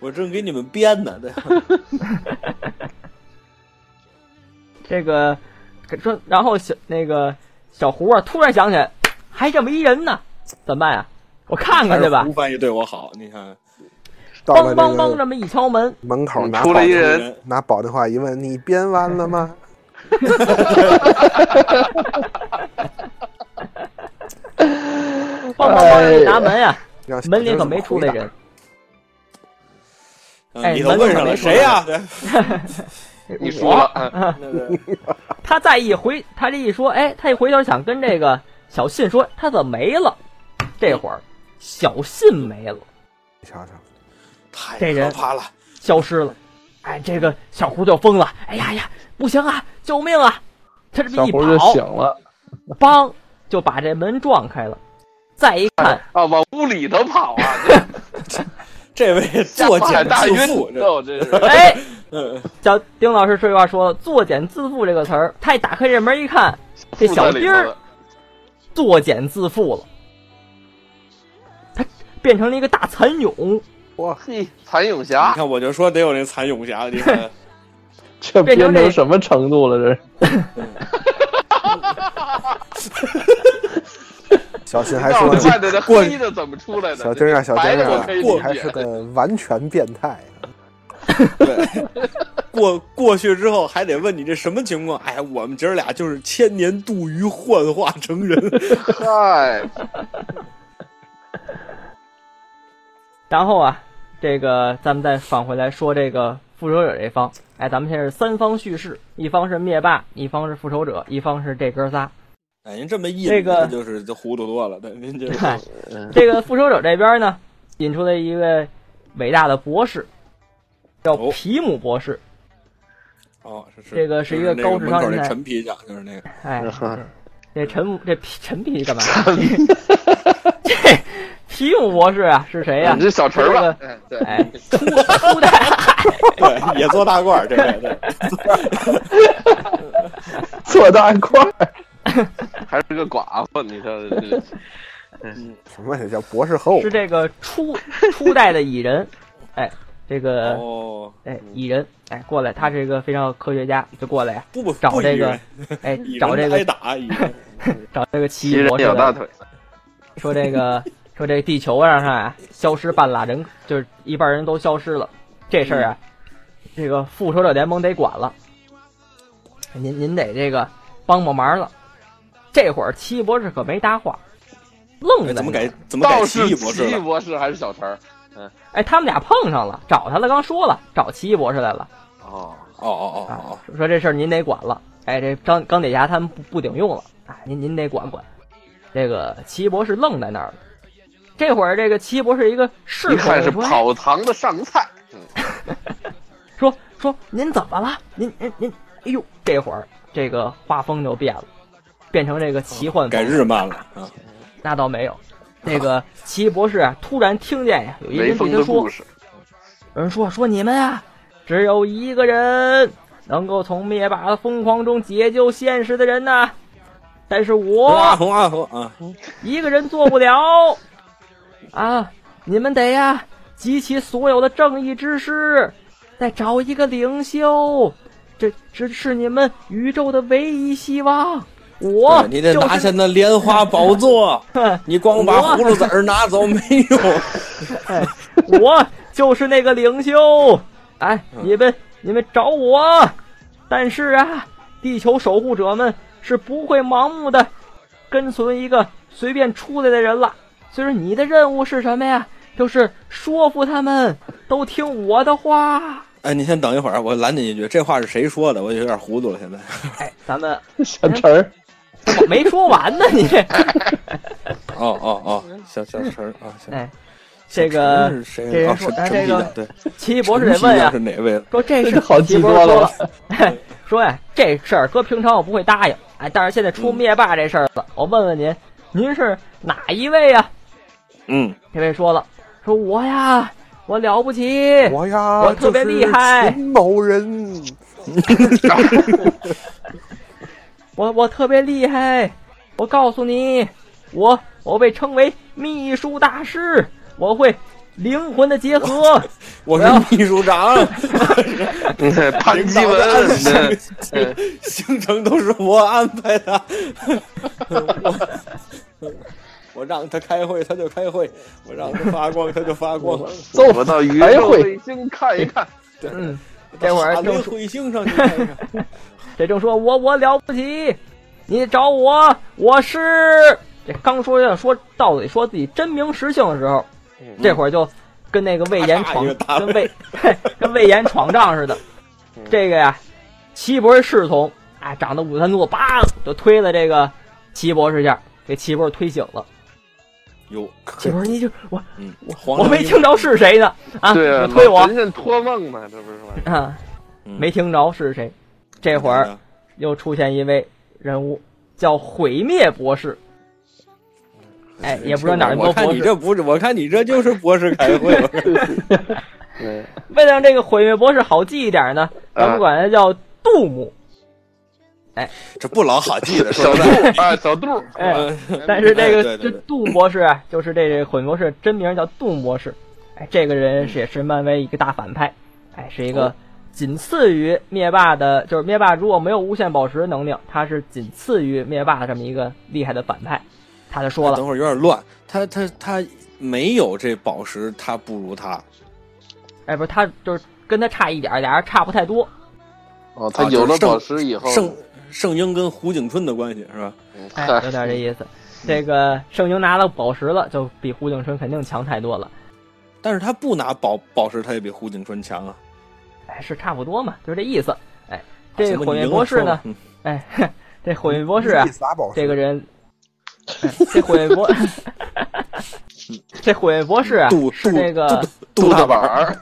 我正给你们编呢，
[LAUGHS]
对吧，
这个说，然后小那个小胡啊，突然想起来，还这么一人呢，怎么办呀？我看看去吧
还是。胡翻译对我好，你看，
到
梆梆
了
梆
这
这
个
么一敲门，
门口拿
出
宝
了一人，
拿保电话一问，你编完了吗？
梆梆梆一拿门呀、
让
门里可没出来人。
啊
哎
你都问上了
门口没
谁呀？对，
你输了，嗯
他再一回，他这一说，哎，他一回头想跟这个小信说，他怎么没了？这会儿小信没了，
你瞧瞧，
太
这人
可怕了，
消失了。哎，这个小胡就疯了，哎呀呀，不行啊，救命啊！他这
小
么一
胡就
跑
醒，了。
梆就把这门撞开了。再一看，
[LAUGHS]
啊，往屋里头跑啊，
这位
这
作茧
大
自缚，
晕，
这
这这是
哎，
嗯，
小丁老师这句话说了“作茧自缚”这个词儿，他一打开这门一看，这
住
小
在里
丁
头
儿
了
作茧自缚了，他变成了一个大蚕蛹，
嘿，蚕蛹
你
侠，
看我就说得有那蚕蛹侠，你看。
这编成什么程度了？这是
小新还
那
说
我
呢，
看着这黑的怎么出来的？
小丁儿啊，小丁
白的
儿
我
啊，
可以
你还
[LAUGHS] 理解
是，个完全变态。啊
对，
[LAUGHS]
过过去之后还得问你这什么情况？哎，我们姐儿俩就是千年渡鱼幻化成人。
嗨，
然后啊，这个咱们再返回来说这个复仇者这方，哎，咱们现在是三方叙事，一方是灭霸，一方是复仇者，一方是这哥仨。
哎，您这么一
这个
您就是就糊涂多了。对，嗯您这
嗨，这个复仇者这边呢，引出了一位伟大的博士，叫
哦
皮姆博士，
哦，是是，
这个是一
就
个
那
高智商
门口
人
那
才
陈皮匠，就是
[LAUGHS]
那个
哎，
嗯
这陈姆这皮陈皮干嘛？ [LAUGHS] 这皮姆博士啊是谁呀、
嗯
你这小陈儿吧，哎对，
哎，初初代，啊
对，也做大褂儿，这个对，
[LAUGHS]
做大块儿，
还是个寡妇，你说这这
什么叫博士后
是？这个初初代的蚁人，哎，这个、
哦，
哎蚁人，哎过来，他是一个非常科学家，就过来呀、
不不
找
不
这
以
个 [LAUGHS]
人，
哎
以
找这
人
个
挨打，
[LAUGHS]
以人
找这个奇
一
异
人
博士
有大
来，
腿，
说这个说这个地球上啊消失半拉人，就是一半人都消失了，这事儿啊，这个复仇者联盟得管了，您您得这个帮帮忙了。这会儿奇异博士可没搭话，愣
哎
着
怎么改怎么改
倒
奇
是
异博士
奇异
了？
博士还是小陈儿？
哎，他们俩碰上了，找他了，刚说了，找奇异博士来了
哦，
哦哦哦
啊
哦，
说这事儿您得管了。哎，这钢钢铁侠他们不不顶用了，哎，您您得管管。这个奇异博士愣在那儿了，这会儿这个奇异博士一个是
一看是跑堂的上菜，嗯
说说您怎么了？您您您，哎呦，这会儿这个画风就变了，变成这个奇幻风
哦
改日漫了啊！
那倒没有，那个奇异博士啊，突然听见呀，有一
雷
人
锋
对
的
他说
故事，：“
有人说说你们啊，只有一个人能够从灭霸的疯狂中解救现实的人呐、但是我
红啊红啊红啊！
一个人做不了啊！你们得呀，集齐所有的正义之师，再找一个领袖，这这是你们宇宙的唯一希望。我
对你得
就是
拿下那莲花宝
[LAUGHS]
座，你光把葫芦籽儿拿走没用。 [LAUGHS]
我就是那个领袖。哎，你们你们找我，但是啊，地球守护者们是不会盲目的跟随一个随便出来的人了。所以说，你的任务是什么呀？就是说服他们都听我的话。
哎，你先等一会儿，我拦您一句，这话是谁说的？我有点糊涂了，现在。
哎，咱们
小陈儿，
我没说完呢，你这
哦哦哦，小小陈儿啊，小
哎，这个
是谁？
这人
哦
说
是
哎
陈
这
皮
个
的，对，
奇异博士得问呀、
陈皮的是哪位了？
说这
这
是
个好记
奇博
多
士说
了
了，嘿说 [LAUGHS] 呀，这事儿哥平常我不会答应，哎，但是现在
嗯
出灭霸这事儿了，我问问您，您是哪一位呀？
嗯，
这位说了，说我呀，我了不起，
我呀，
我特别厉害
就是秦某人，
我我特别厉害，我告诉你，我我被称为秘书大师，我会灵魂的结合，
我是秘书
[LAUGHS]
长，啊
[LAUGHS] 潘基
[LAUGHS]
哎
文，嗯对
行程都是我安排的，我我让他开会他就开会，我让他发光他就发光，
揍
我到宇
哎
宙
会
卫星看一看，
嗯，这会儿
哈雷
正
彗星上去看看。
[LAUGHS] 这正说我我了不起，你找我我是这刚说要说到底说自己真名实姓的时候，这会儿就跟那个魏延
大
闯
爷大爷
跟魏跟魏延闯帐似的，这个呀，齐博士侍从哎长得五三多，梆就推了这个齐博士一下，给齐博士推醒了。
哟，
齐博士，你就我
嗯，
我
我
没
[LAUGHS]
听着是谁呢啊，
对啊，
你推我
人家托梦嘛，这不是吗？
啊，
嗯
没听着是谁，这会儿。又出现一位人物，叫毁灭博士。哎，也不知道哪儿
嗯我
多
看
博
你
士。
这不是，我看你这就是博士开
[LAUGHS]
会。
对，
为了让这个毁灭博士好记一点呢，咱们
啊
管他叫杜牧。
[LAUGHS] 这不老好记的，
小
说实在。
杜啊，小杜，
哎，
[LAUGHS]
嗯
但是这
哦哎
个
对
这
对对
杜博士啊，就是这个毁灭博士真名叫杜博士。哎，这个人是也是漫威一个大反派，哎，是一
哦
个仅次于灭霸的，就是灭霸如果没有无限宝石能力，他是仅次于灭霸的这么一个厉害的反派。他就说了
哎等，会儿有点乱，他他他没有这宝石，他不如他。
哎，不是他就是跟他差一点儿，俩人差不太多。
哦，他有了宝石以后，嗯
圣圣婴跟胡景春的关系是吧？
哎，
嗨
有点这意思。这个圣婴拿了宝石了，就比胡景春肯定强太多了。
但是他不拿宝宝石，他也比胡景春强啊。
哎，是差不多嘛，就是这意思。哎，这
行吧
毁
你
灭
赢
博
了
士呢？
说吧嗯
哎，这毁灭博士啊
一，撒宝石
这个人，哎这毁灭博，这毁灭博士啊
嗯杜，
是
杜
这个
嗯杜大
板
宝，
儿，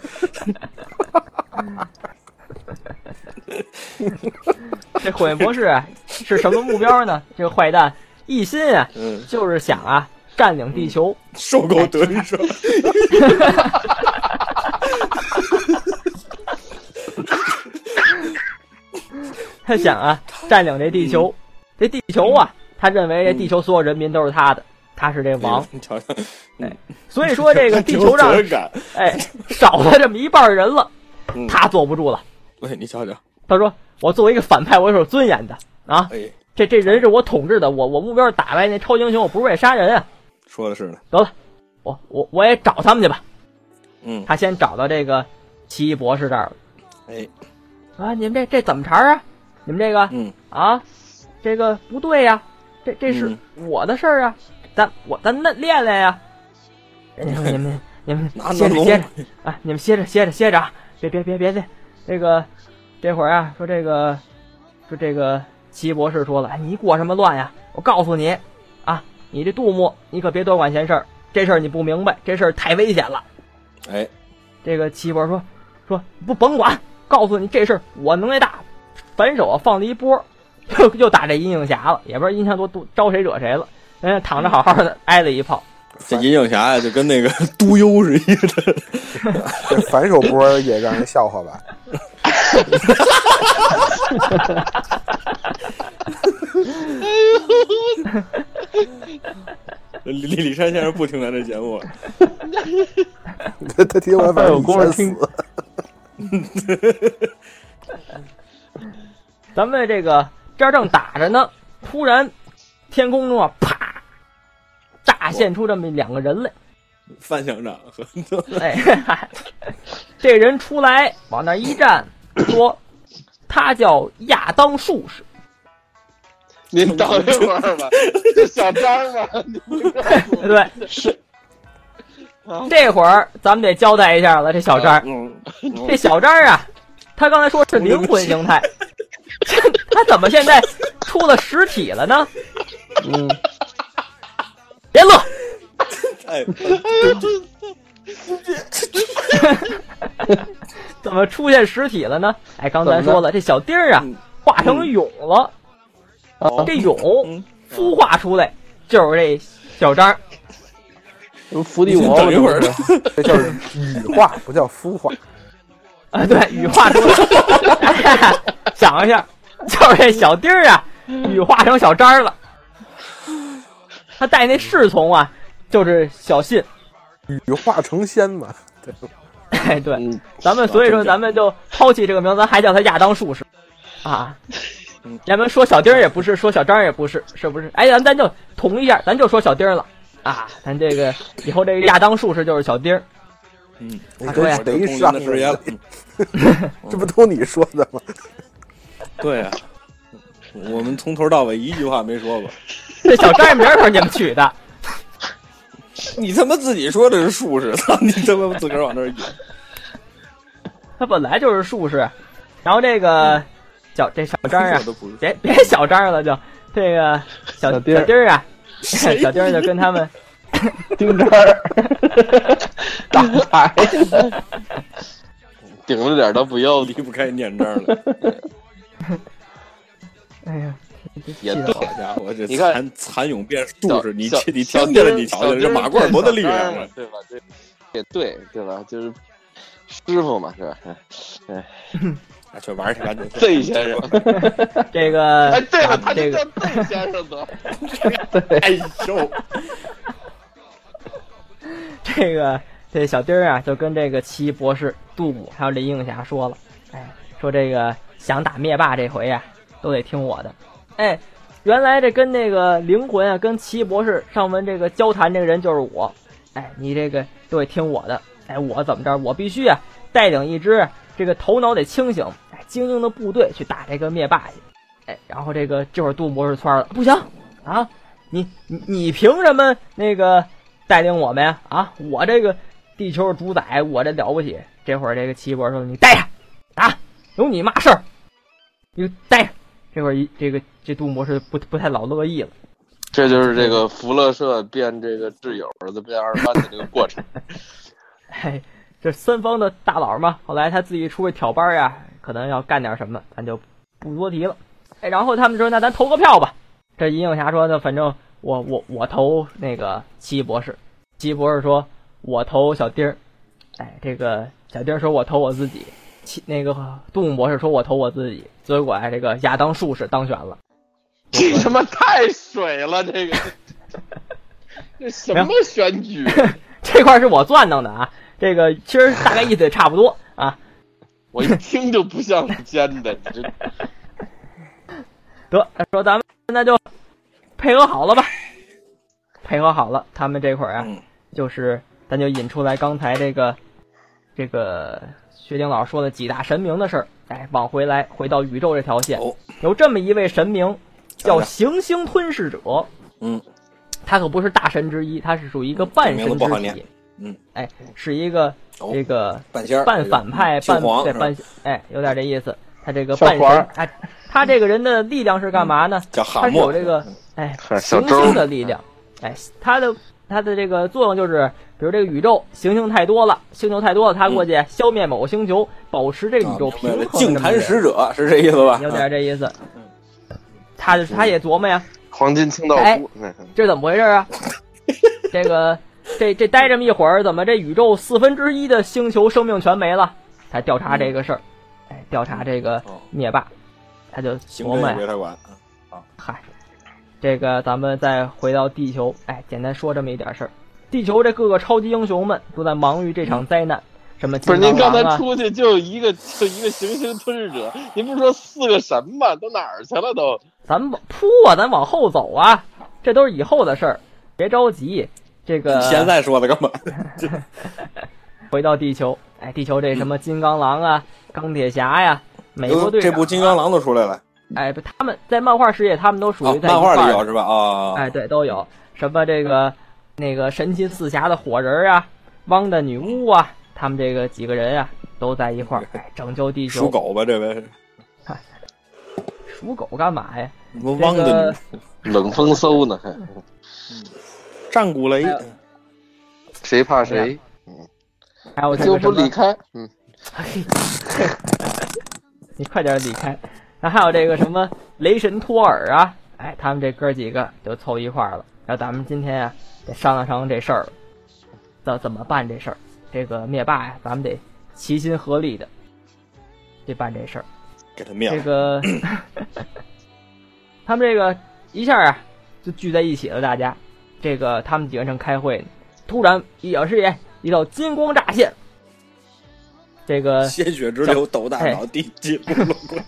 这毁灭博士啊，是什么目标呢？这个坏蛋一心啊，
嗯，
就是想啊占领地球。
受够得手。
哎他想啊，占领这地
嗯
球，这地球啊，他认为这地球所有人民都是他的，他是这王，
你瞧瞧，
所以说这个地球上
有责任感。
哎少了这么一半人了
嗯，
他坐不住了。
喂，你瞧瞧，
他说：“我作为一个反派，我是有尊严的啊，
哎，
这这人是我统治的，我我目标是打败那超级英雄，我不是为了杀人啊。
说的是呢，
得了，我我我也找他们去吧。”
嗯，
他先找到这个奇异博士这儿了
哎，
啊，你们这这怎么茬儿啊？你们这个
嗯，
啊，这个不对呀、这这是
嗯
我的事儿啊，咱我咱那练练呀、 [LAUGHS] 人家说你们你们
拿
歇
那
着
龙
歇着啊，你们歇着歇着歇着啊，别别别别别，这个这会儿啊，说这个说这个齐博士说了，哎，你裹什么乱呀？我告诉你啊，你这杜牧，你可别多管闲事儿，这事儿你不明白，这事儿太危险了。
哎，
这个齐博说说不甭管，告诉你这事儿我能耐大，反手啊放了一波， [LAUGHS] 就就打这阴影侠了，也不知道阴影侠多多招谁惹谁了，人家躺着好好的挨了一炮。
这银影侠呀，就跟那个 [LAUGHS] 都优是一的。
这反手波也让人笑话吧？
李李李山先生不听咱这节目， [LAUGHS]
他他听完反正
功夫
一
听
身死。
咱们这个这儿正打着呢，突然天空中啊啪，乍现出这么两个人来。
范乡 [LAUGHS] 长和
哎，嗨这人出来往那儿一站，说他叫亚当术士。
[LAUGHS] 您等一会儿 [LAUGHS] 吧，这小张吧，您告诉我
对，
是
这会儿咱们得交代一下了，这小张，
嗯，
这小张啊，他刚才说是灵魂形态，
嗯
[LAUGHS] 他怎么现在出了实体了呢？
嗯，
别乐，
哎，
嗯怎么出现实体了呢？哎，刚才说了，这小丁儿啊
嗯，
化成蛹了，
啊，
这蛹
嗯
孵化出来就是这小张。
什么伏地魔？
等一会儿，
这叫羽化，不叫孵化。
啊，对，
[LAUGHS]
羽化出来。 [LAUGHS] 想一下，就是这小丁儿啊，羽化成小张儿了。他带那侍从啊，就是小信。
羽化成仙嘛，对，
[LAUGHS] 哎，对，
嗯
咱们所以说
真假
咱们就抛弃这个名字，咱还叫他亚当术士啊
嗯。
咱们说小丁儿也不是，说小张儿也不是，是不是？哎，咱咱就统一一下，咱就说小丁儿了啊。咱这个以后这个亚当术士就是小丁儿。
嗯，
你
啊
这
对
谁
我
上
这通灵的时间了
[LAUGHS]
嗯
这不都你说的吗？
[LAUGHS] 对啊，我们从头到尾一句话没说过。
这小张儿名儿就是你们取的，
你他妈自己说的是术士，操你他妈自个儿往那
[LAUGHS]
儿引。
他本来就是术士。然后这个小这小张儿啊
我，都不是
别别小张了就，这个小
小
小
丁儿
丁儿啊，小丁儿就跟他们，
丁这儿 [LAUGHS] 打牌，
[LAUGHS] 顶着点儿都不要
离
脸，
不开念章了，
哎呀，
也
气得
对
好家伙，这
你看
蚕蚕蛹变术
小
士，你
小
这你
小
听见了？
丁儿
你瞧瞧，
小
这
丁儿
马褂多大力量
变
啊
小！张了，对吧？这也对，对吧？就是师傅嘛，是吧？
哎去玩去，赶紧去。
这先生，
这个
[LAUGHS] 哎，对了，他
这
就
个
叫这先生得。
哎呦，
[LAUGHS] 这个这小丁儿啊，就跟这个奇异博士、杜姆还有林映霞说了，哎，说这个想打灭霸这回呀、啊都得听我的，哎，原来这跟那个灵魂啊，跟奇异博士上文这个交谈这个人就是我，哎，你这个都得听我的，哎，我怎么着，我必须啊带领一支啊这个头脑得清醒、哎精英的部队去打这个灭霸去，哎，然后这个这会儿杜姆博士窜了，不行啊，你你你凭什么那个带领我们呀？啊，我这个地球主宰，我这了不起。这会儿这个奇异博士说：“你待着啊，有你嘛事儿？你待着。”这会儿一这个这杜博士不不太老乐意了。
[LAUGHS] 这就是这个福乐社变这个挚友，儿子变二班的这个过程。
哎，这三方的大佬嘛，后来他自己出去挑班呀，可能要干点什么，咱就不多提了。哎，然后他们说，那咱投个票吧。这银影侠说，那反正我我我投那个奇异博士。奇异博士说，我投小丁儿。哎，这个小丁儿说我投我自己。奇那个杜牧博士说我投我自己。结果哎，这个亚当术士当选了。
这他妈太水 [LAUGHS] 了，这个这什么选 [LAUGHS] 举？
这块儿是我攥弄的啊，这个其实大概意思也差不多啊。
我一听就不像你编的，你这
得说咱们那就配合好了吧，配合好了，他们这会儿啊，
嗯
就是咱就引出来刚才这个这个薛丁老师说的几大神明的事儿，哎，往回来回到宇宙这条线，
哦
有这么一位神明
瞧
叫
瞧
行星吞噬者，
嗯，
他可不是大神之一，他是属于一个半
这
神
名字不好
之
念
体，
嗯，
哎，是一个
哦
这个
半仙儿
半反派、
姓
半
黄
对
是吧
半哎，有点这意思。他这个
小
半神
黄儿，
哎，他这个人的力量是干嘛呢？
叫
他
喊
是
墨
有这个哎
小
行
周
星的力量，哎，他的它的这个作用就是，比如这个宇宙行星太多了，星球太多了，它过
嗯
去消灭某个星球，保持
啊
这个宇宙平衡。
净坛使者是这意思吧？啊
有点这意思。
嗯
他就他也琢磨呀，
黄金清道
哎
夫，那
这怎么回事啊？这个这这待这么一会儿，怎么这宇宙四分之一的星球生命全没了？才调查这个事儿，哎，调查这个
哦
灭霸，他就
行
琢磨
政归，
呀
他管。啊
嗨，这个咱们再回到地球，哎，简单说这么一点事儿。地球这各个超级英雄们都在忙于这场灾难，什么
不
金
是您
刚
刚
狼
才
啊，
出去就一个就一个行星吞噬者，您不是说四个什么吗？都哪儿去了都？
咱们扑啊，咱往后走啊，这都是以后的事儿，别着急。这个
现在说的干嘛？
回到地球，哎，地球这
嗯
什么金刚狼啊、钢铁侠呀、美国队
呃这
长、
部金刚，狼都出来了，
哎，不他们在漫画世界，他们都属
啊
于，在一
漫画
块
里
儿
有是吧？啊，
哎，对，都有什么这个那个神奇四侠的火人儿啊，汪的女巫啊，他们这个几个人啊，都在一块儿、哎、拯救地球。
属，狗吧，这位
属狗干嘛呀？
汪的女
冷风搜呢？还
战鼓雷，
谁怕
哎
谁？
还有这
就
个什
不
么
离，开。嗯，
[LAUGHS] 你快点离开。然后还有这个什么雷神托尔啊，哎，他们这哥几个就凑一块儿了。然后咱们今天啊，得商量商量这事儿了，怎怎么办这事儿？这个灭霸呀、咱们得齐心合力的去办这事儿。
给他灭
这
了。
个 [LAUGHS] 他们这个一下啊就聚在一起了，大家这个他们几个人正开会呢，突然一小视野一道金光乍现，这个哎
鲜血直流，斗大脑，地进不
[LAUGHS]
落棍。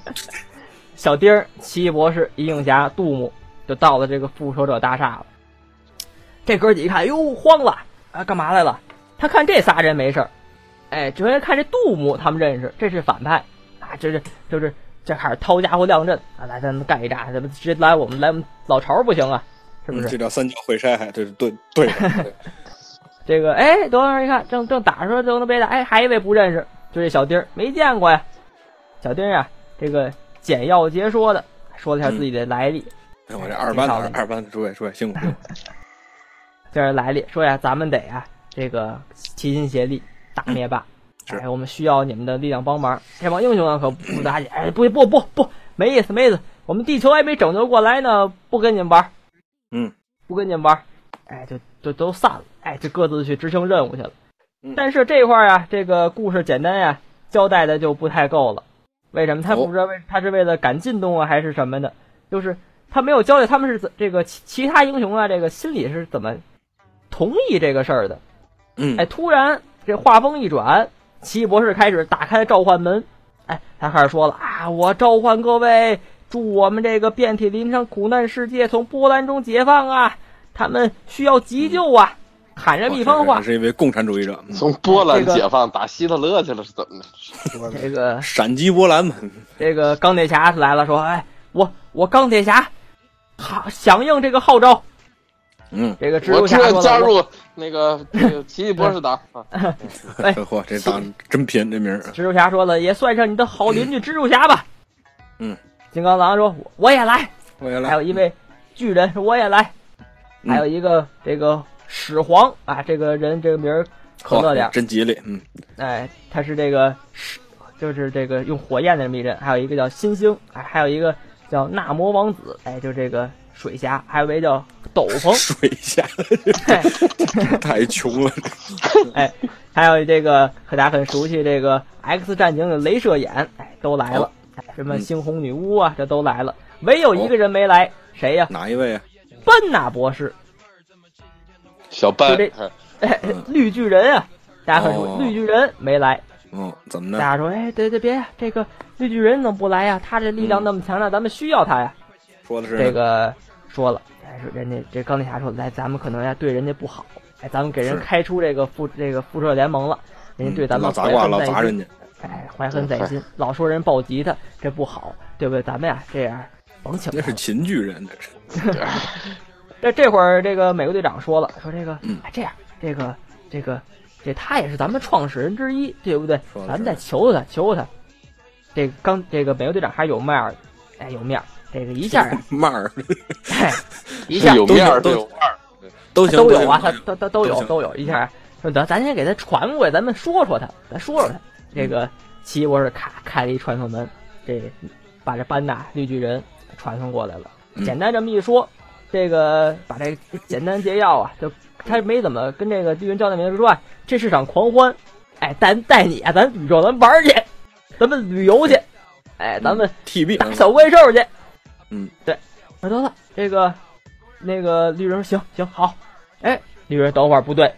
小丁儿、奇异博士、一映侠、杜牧就到了这个复仇者大厦了。这哥几个一看，哟，慌了啊，干嘛来了？他看这仨人没事儿，哎，主要看这杜牧他们认识，这是反派啊，这是就是这开始掏家伙亮阵啊，来咱们干一仗，咱们直接来我们来我们老巢不行啊，是不是？
这叫三教会筛，这是对对
[LAUGHS]
的。
这个哎，多少人一看，正正打着都能被打，哎，还一位不认识，就这小丁儿没见过呀。小丁儿啊，这个简要截说的，说了一下自己的来历。
哎我这二班的二班的诸位诸位辛苦辛苦。
这是来历，说呀，咱们得啊，这个齐心协力打灭霸。
嗯是
哎，我们需要你们的力量帮忙。这帮英雄啊，可不打紧。哎，不不不不，没意思没意思，我们地球还没拯救过来呢，不跟你们玩。
嗯，
不跟你们玩。哎，就就都散了。哎，就各自去执行任务去了
嗯。
但是这块儿啊，这个故事简单呀、交代的就不太够了。为什么？他
哦
不知道为他是为了赶进度啊，还是什么的？就是他没有交代他们是怎这个其其他英雄啊，这个心里是怎么同意这个事儿的。
嗯
哎，，突然这话锋一转，奇异博士开始打开召唤门，哎，他开始说了啊，我召唤各位，祝我们这个遍体鳞伤苦难世界从波澜中解放啊！他们需要急救啊！喊着一番话
这，是一位共产主义者，嗯
从波兰
这个
解放打希特勒去了是怎么的？
这个
闪击波兰嘛。
这个钢铁侠来了，说，哎，我我钢铁侠，好响应这个号召。
嗯，
这个蜘
我
蛛
志
侠
愿
说
加
了，我
入那个这个奇异博士党啊！
哎
嚯，这当真贫，这名儿。啊
蜘蛛侠说了，也算上你的好邻居蜘蛛侠吧。
嗯，
金刚狼说，我我也来。
我也
还有一位巨人，我也来，
嗯
还有一个这个始皇啊，这个人这个名儿可乐点儿，
真吉利。嗯，
哎，他是这个始，就是这个用火焰的这么一人，还有一个叫新星，哎，还有一个叫纳摩王子，哎，就这个水侠，还有一位叫斗篷，
水下 [LAUGHS]
哎
太穷了。 [LAUGHS]
哎，还有这个大家很熟悉这个 X 战警的镭射眼，哎，都来了，哎什么
嗯哦
猩红女巫啊，这都来了，唯有一个人没来，谁呀？
哪一位啊？
班纳博士。
小班
就这
哎
哎， [LAUGHS] 绿巨人啊，大家很熟，
哦
绿巨人没来，
嗯，怎么的？
大家说，哎，对对别，这个绿巨人怎么不来呀？他这力量那么强大，咱们需要他呀。
说的嗯是
这个说了，哎，说人家这钢铁侠说，来，哎咱们可能要对人家不好，哎，咱们给人
是
开出这个复这个复仇者联盟了，人家对咱
嗯老
们
砸
怀
挂，
恨
老
在
砸人
心，
家。
哎，怀恨在心，老说人暴击他，这不好，对不对？咱们呀，这样甭请
那
他
是
了。
秦巨人，那是。
这这会儿，这个美国队长说了，说这个，
嗯
哎，这样，这个，这个，这他也是咱们创始人之一，对不对
说？得
咱们
是
再求求他，求求他。这个刚，这个美国队长还是有面儿的，
[LAUGHS]
哎，有面儿。这个一下啊，
慢儿，
哎，一下
有面儿
都
对有面儿，
都行
都有啊，
都
他
行
他他都
都
有
行
都有一下，说得咱先给他传过来，咱们说说他，咱说说他。这
嗯
个奇异博士咔开了一传送门，这把这班纳绿巨人传送过来了。
嗯
简单这么一说，这个把这简单介绍啊，就他没怎么跟这个绿巨人交代明白之外，这是场狂欢，哎，带带你啊，咱宇宙咱玩儿去，咱们旅游去，哎，咱们
TB
打小怪兽去。
嗯，
对，那得了，这个那个绿人说行行好，哎，绿人等会儿不对，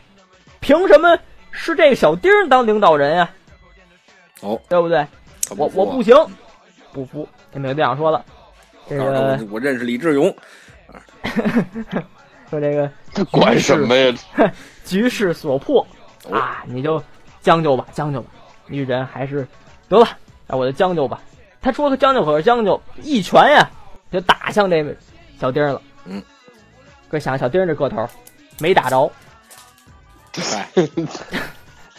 凭什么是这个小丁儿当领导人呀、
哦，
对不对？
他
我
服
我
啊
不行，不服。这美国队长说了，这
告诉
个
他我我认识李志勇，
说这个
管什么呀？
局势所迫
哦
啊，你就将就吧，将就吧。绿人还是得了，那我就将就吧。他说个将就可是将就，一拳呀就打向这小丁儿了。
嗯，
哥想小丁儿这个头，没打着，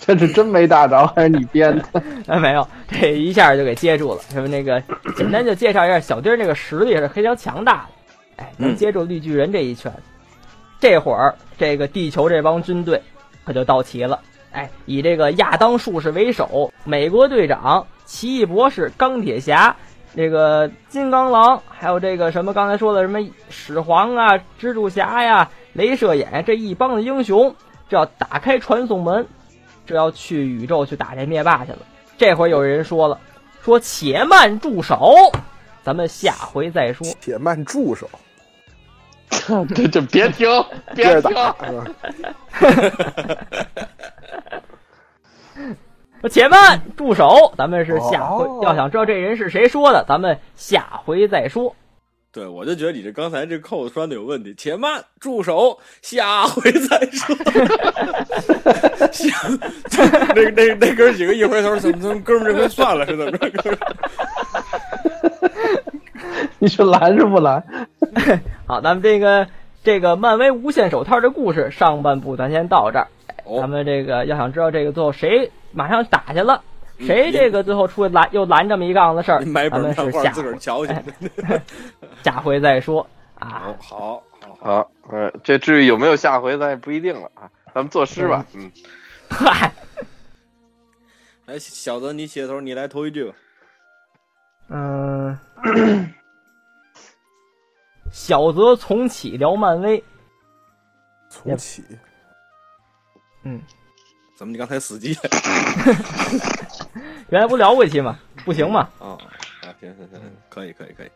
这是真没打着，还是你编的？ [LAUGHS]
[LAUGHS] 哎，没有，这一下就给接住了。什么那个，简单就介绍一下小丁儿这个实力是非常强大的，哎，能
嗯
接住绿巨人这一拳。这会儿这个地球这帮军队可就到齐了，哎，以这个亚当术士为首，美国队长、奇异博士、钢铁侠。这个金刚狼，还有这个什么刚才说的什么始皇啊、蜘蛛侠呀、镭射眼这一帮的英雄，这要打开传送门，这要去宇宙去打这灭霸去了。这会儿有人说了，说且慢住手，咱们下回再说。
铁慢助手，
[LAUGHS] 这这别听，
接着
别听，
打是吧？
说且慢住手，咱们是下回、
哦
要想知道这人是谁说的，咱们下回再说。
对我就觉得你这刚才这扣子拴的有问题，且慢，住手，下回再说。 [LAUGHS] 行，那那那哥几个一回头，怎么怎么哥们儿这回算了是怎么着？ [LAUGHS] 哥们儿
你说拦是不 [LAUGHS] 拦？
好，咱们这个这个漫威无限手套的故事上半部咱先到这儿。咱
哦，
们这个要想知道这个最后谁马上打去了，谁这个最后出来拦又拦这么一杠子事儿
你，买嗯本
咱们
漫
是
画
下
自个儿瞧去。
下回再说啊。
[LAUGHS]
[LAUGHS]
好好好好，
好，呃，这至于有没有下回，咱也不一定了啊。咱们作诗吧，嗯，
嗨，
来小泽你起个头，你来头一句吧。
嗯，小泽从启聊漫威，
重启，
嗯，
怎么你刚才死机了？
原来不聊过一期吗？不行吗？
啊啊，行行行，可以可以可以，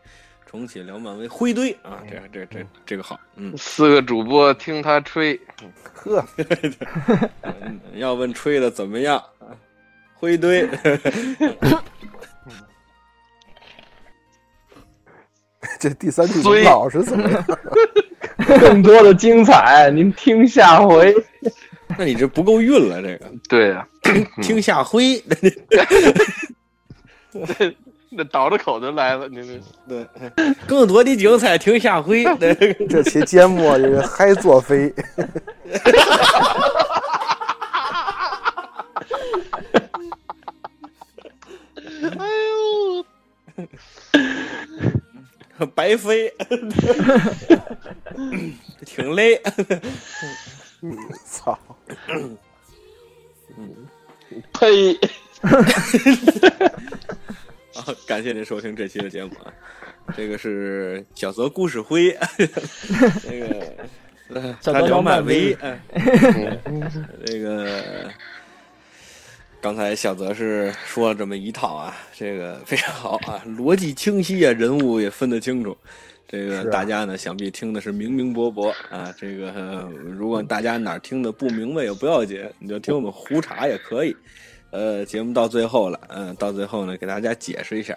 重启聊漫威灰堆啊，这这这这个好，嗯，
四个主播听他吹，
呵，
嗯要问吹的怎么样？灰堆， [LAUGHS]
这第三季的老是怎么样？
更多的精彩，您听下回。
那你这不够运了，这个
对啊呀、
听下灰，
那倒着口就来了，您这
对， [LAUGHS] 更多的精彩听下回。对，
[LAUGHS] 这期节目这个嗨作飞，
[LAUGHS] 哎
白飞， [LAUGHS] 挺累。
[LAUGHS] 操！
呸！
啊，感谢您收听这期的节目啊，这个是小泽故事会，那个。呃
小泽
他聊
聊
漫
漫威
威，哎 [LAUGHS] 这个刚才小泽是说了这么一套啊，这个非常好啊，逻辑清晰啊，人物也分得清楚。这个
是啊
大家呢，想必听的是明明白白啊。这个、呃如果大家哪儿听的不明白也不要紧，你就听我们胡茬也可以。呃，节目到最后了，嗯、到最后呢，给大家解释一下，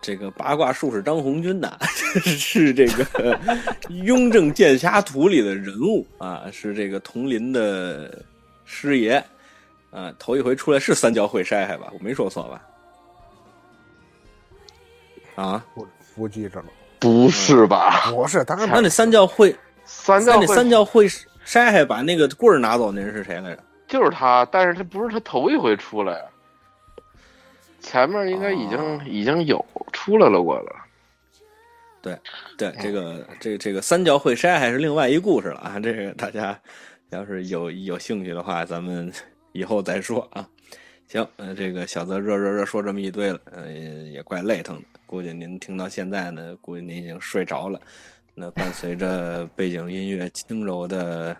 这个八卦术士张红军呐、 [LAUGHS] 是这个 [LAUGHS] 《雍正剑侠图》里的人物啊，是这个佟林的师爷啊，头一回出来是三角会筛海吧？我没说错吧？啊，
我不记着了，
不是吧？
不是，当然
那那三教会，
嗯三
那
教
那三
会
教会筛海把那个棍儿拿走那人是谁来着？
就是他，但是他不是他头一回出来啊，前面应该已经、
哦
已经有出来了过了。
对，
哎
这个这这个三角会筛还是另外一故事了啊。这个大家要是有有兴趣的话，咱们以后再说啊。行，呃，这个小泽热热热说这么一堆了，呃，也怪累腾的。估计您听到现在呢，估计您已经睡着了。那伴随着背景音乐轻柔的，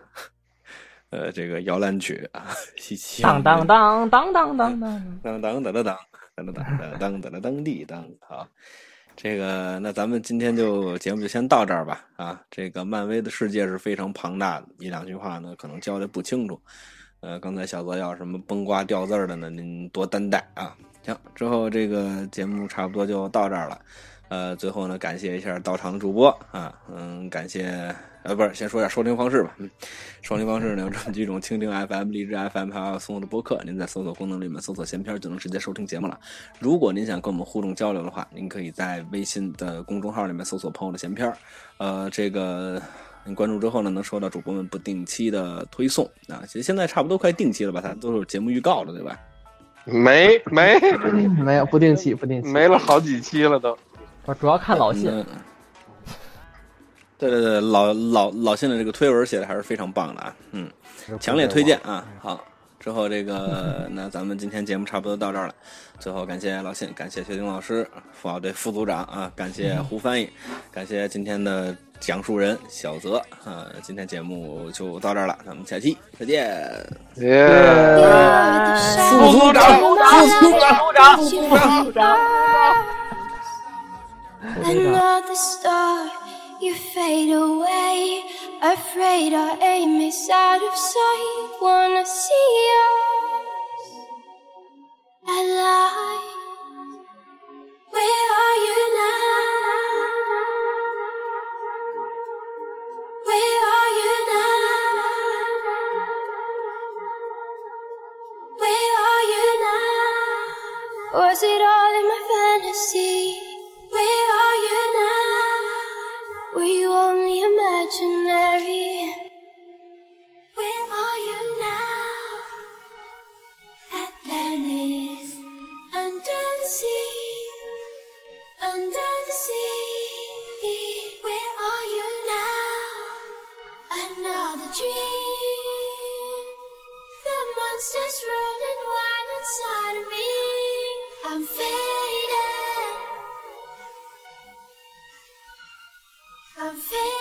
呃，这个摇篮曲啊， [LAUGHS] 希希望
当
您
当当当当当当，
当当当当当当当当当当当地当好，这个那咱们今天就节目就先到这儿吧啊！这个漫威的世界是非常庞大的，一两句话呢可能交代不清楚。呃，刚才小泽要什么崩瓜掉字儿的呢，您多担待啊！行，之后这个节目差不多就到这儿了。呃，最后呢，感谢一下到场的主播啊，嗯，感谢呃，不是，先说一下收听方式吧。 [LAUGHS] 嗯收听方式呢有这么几种：蜻蜓 FM、荔枝 FM 还有松松的播客。您在搜索功能里面搜索“闲篇儿”就能直接收听节目了。如果您想跟我们互动交流的话，您可以在微信的公众号里面搜索“朋友的闲篇儿”，呃，这个。您关注之后呢，能收到主播们不定期的推送啊。其实现在差不多快定期了吧，它都是节目预告了，对吧？
没 [LAUGHS] 没
没有不定期，不定期。
没了好几期了都。
我主要看老信，
嗯对对对，老老老信的这个推文写的还是非常棒的啊，嗯，强烈推荐啊。好，之后这个 [LAUGHS] 那咱们今天节目差不多到这儿了，最后感谢老信，感谢薛丁老师、副奥队副组长啊，感谢胡翻译，感谢今天的讲述人小泽啊。今天节目就到这儿了，咱们下期再见。
耶
副组长，副组长，副组长。Another star, you fade away. Afraid our aim is out of sight. Wanna see us alive. Where are you now? Where are you now? Where are you now? Was it all in my fantasy? Where are you now? Were you only imaginary? Where are you now? Atlantis under the sea. Under the sea, where are you now? Another dream. The monster's running wild inside of me. I'm faded. I'm faded.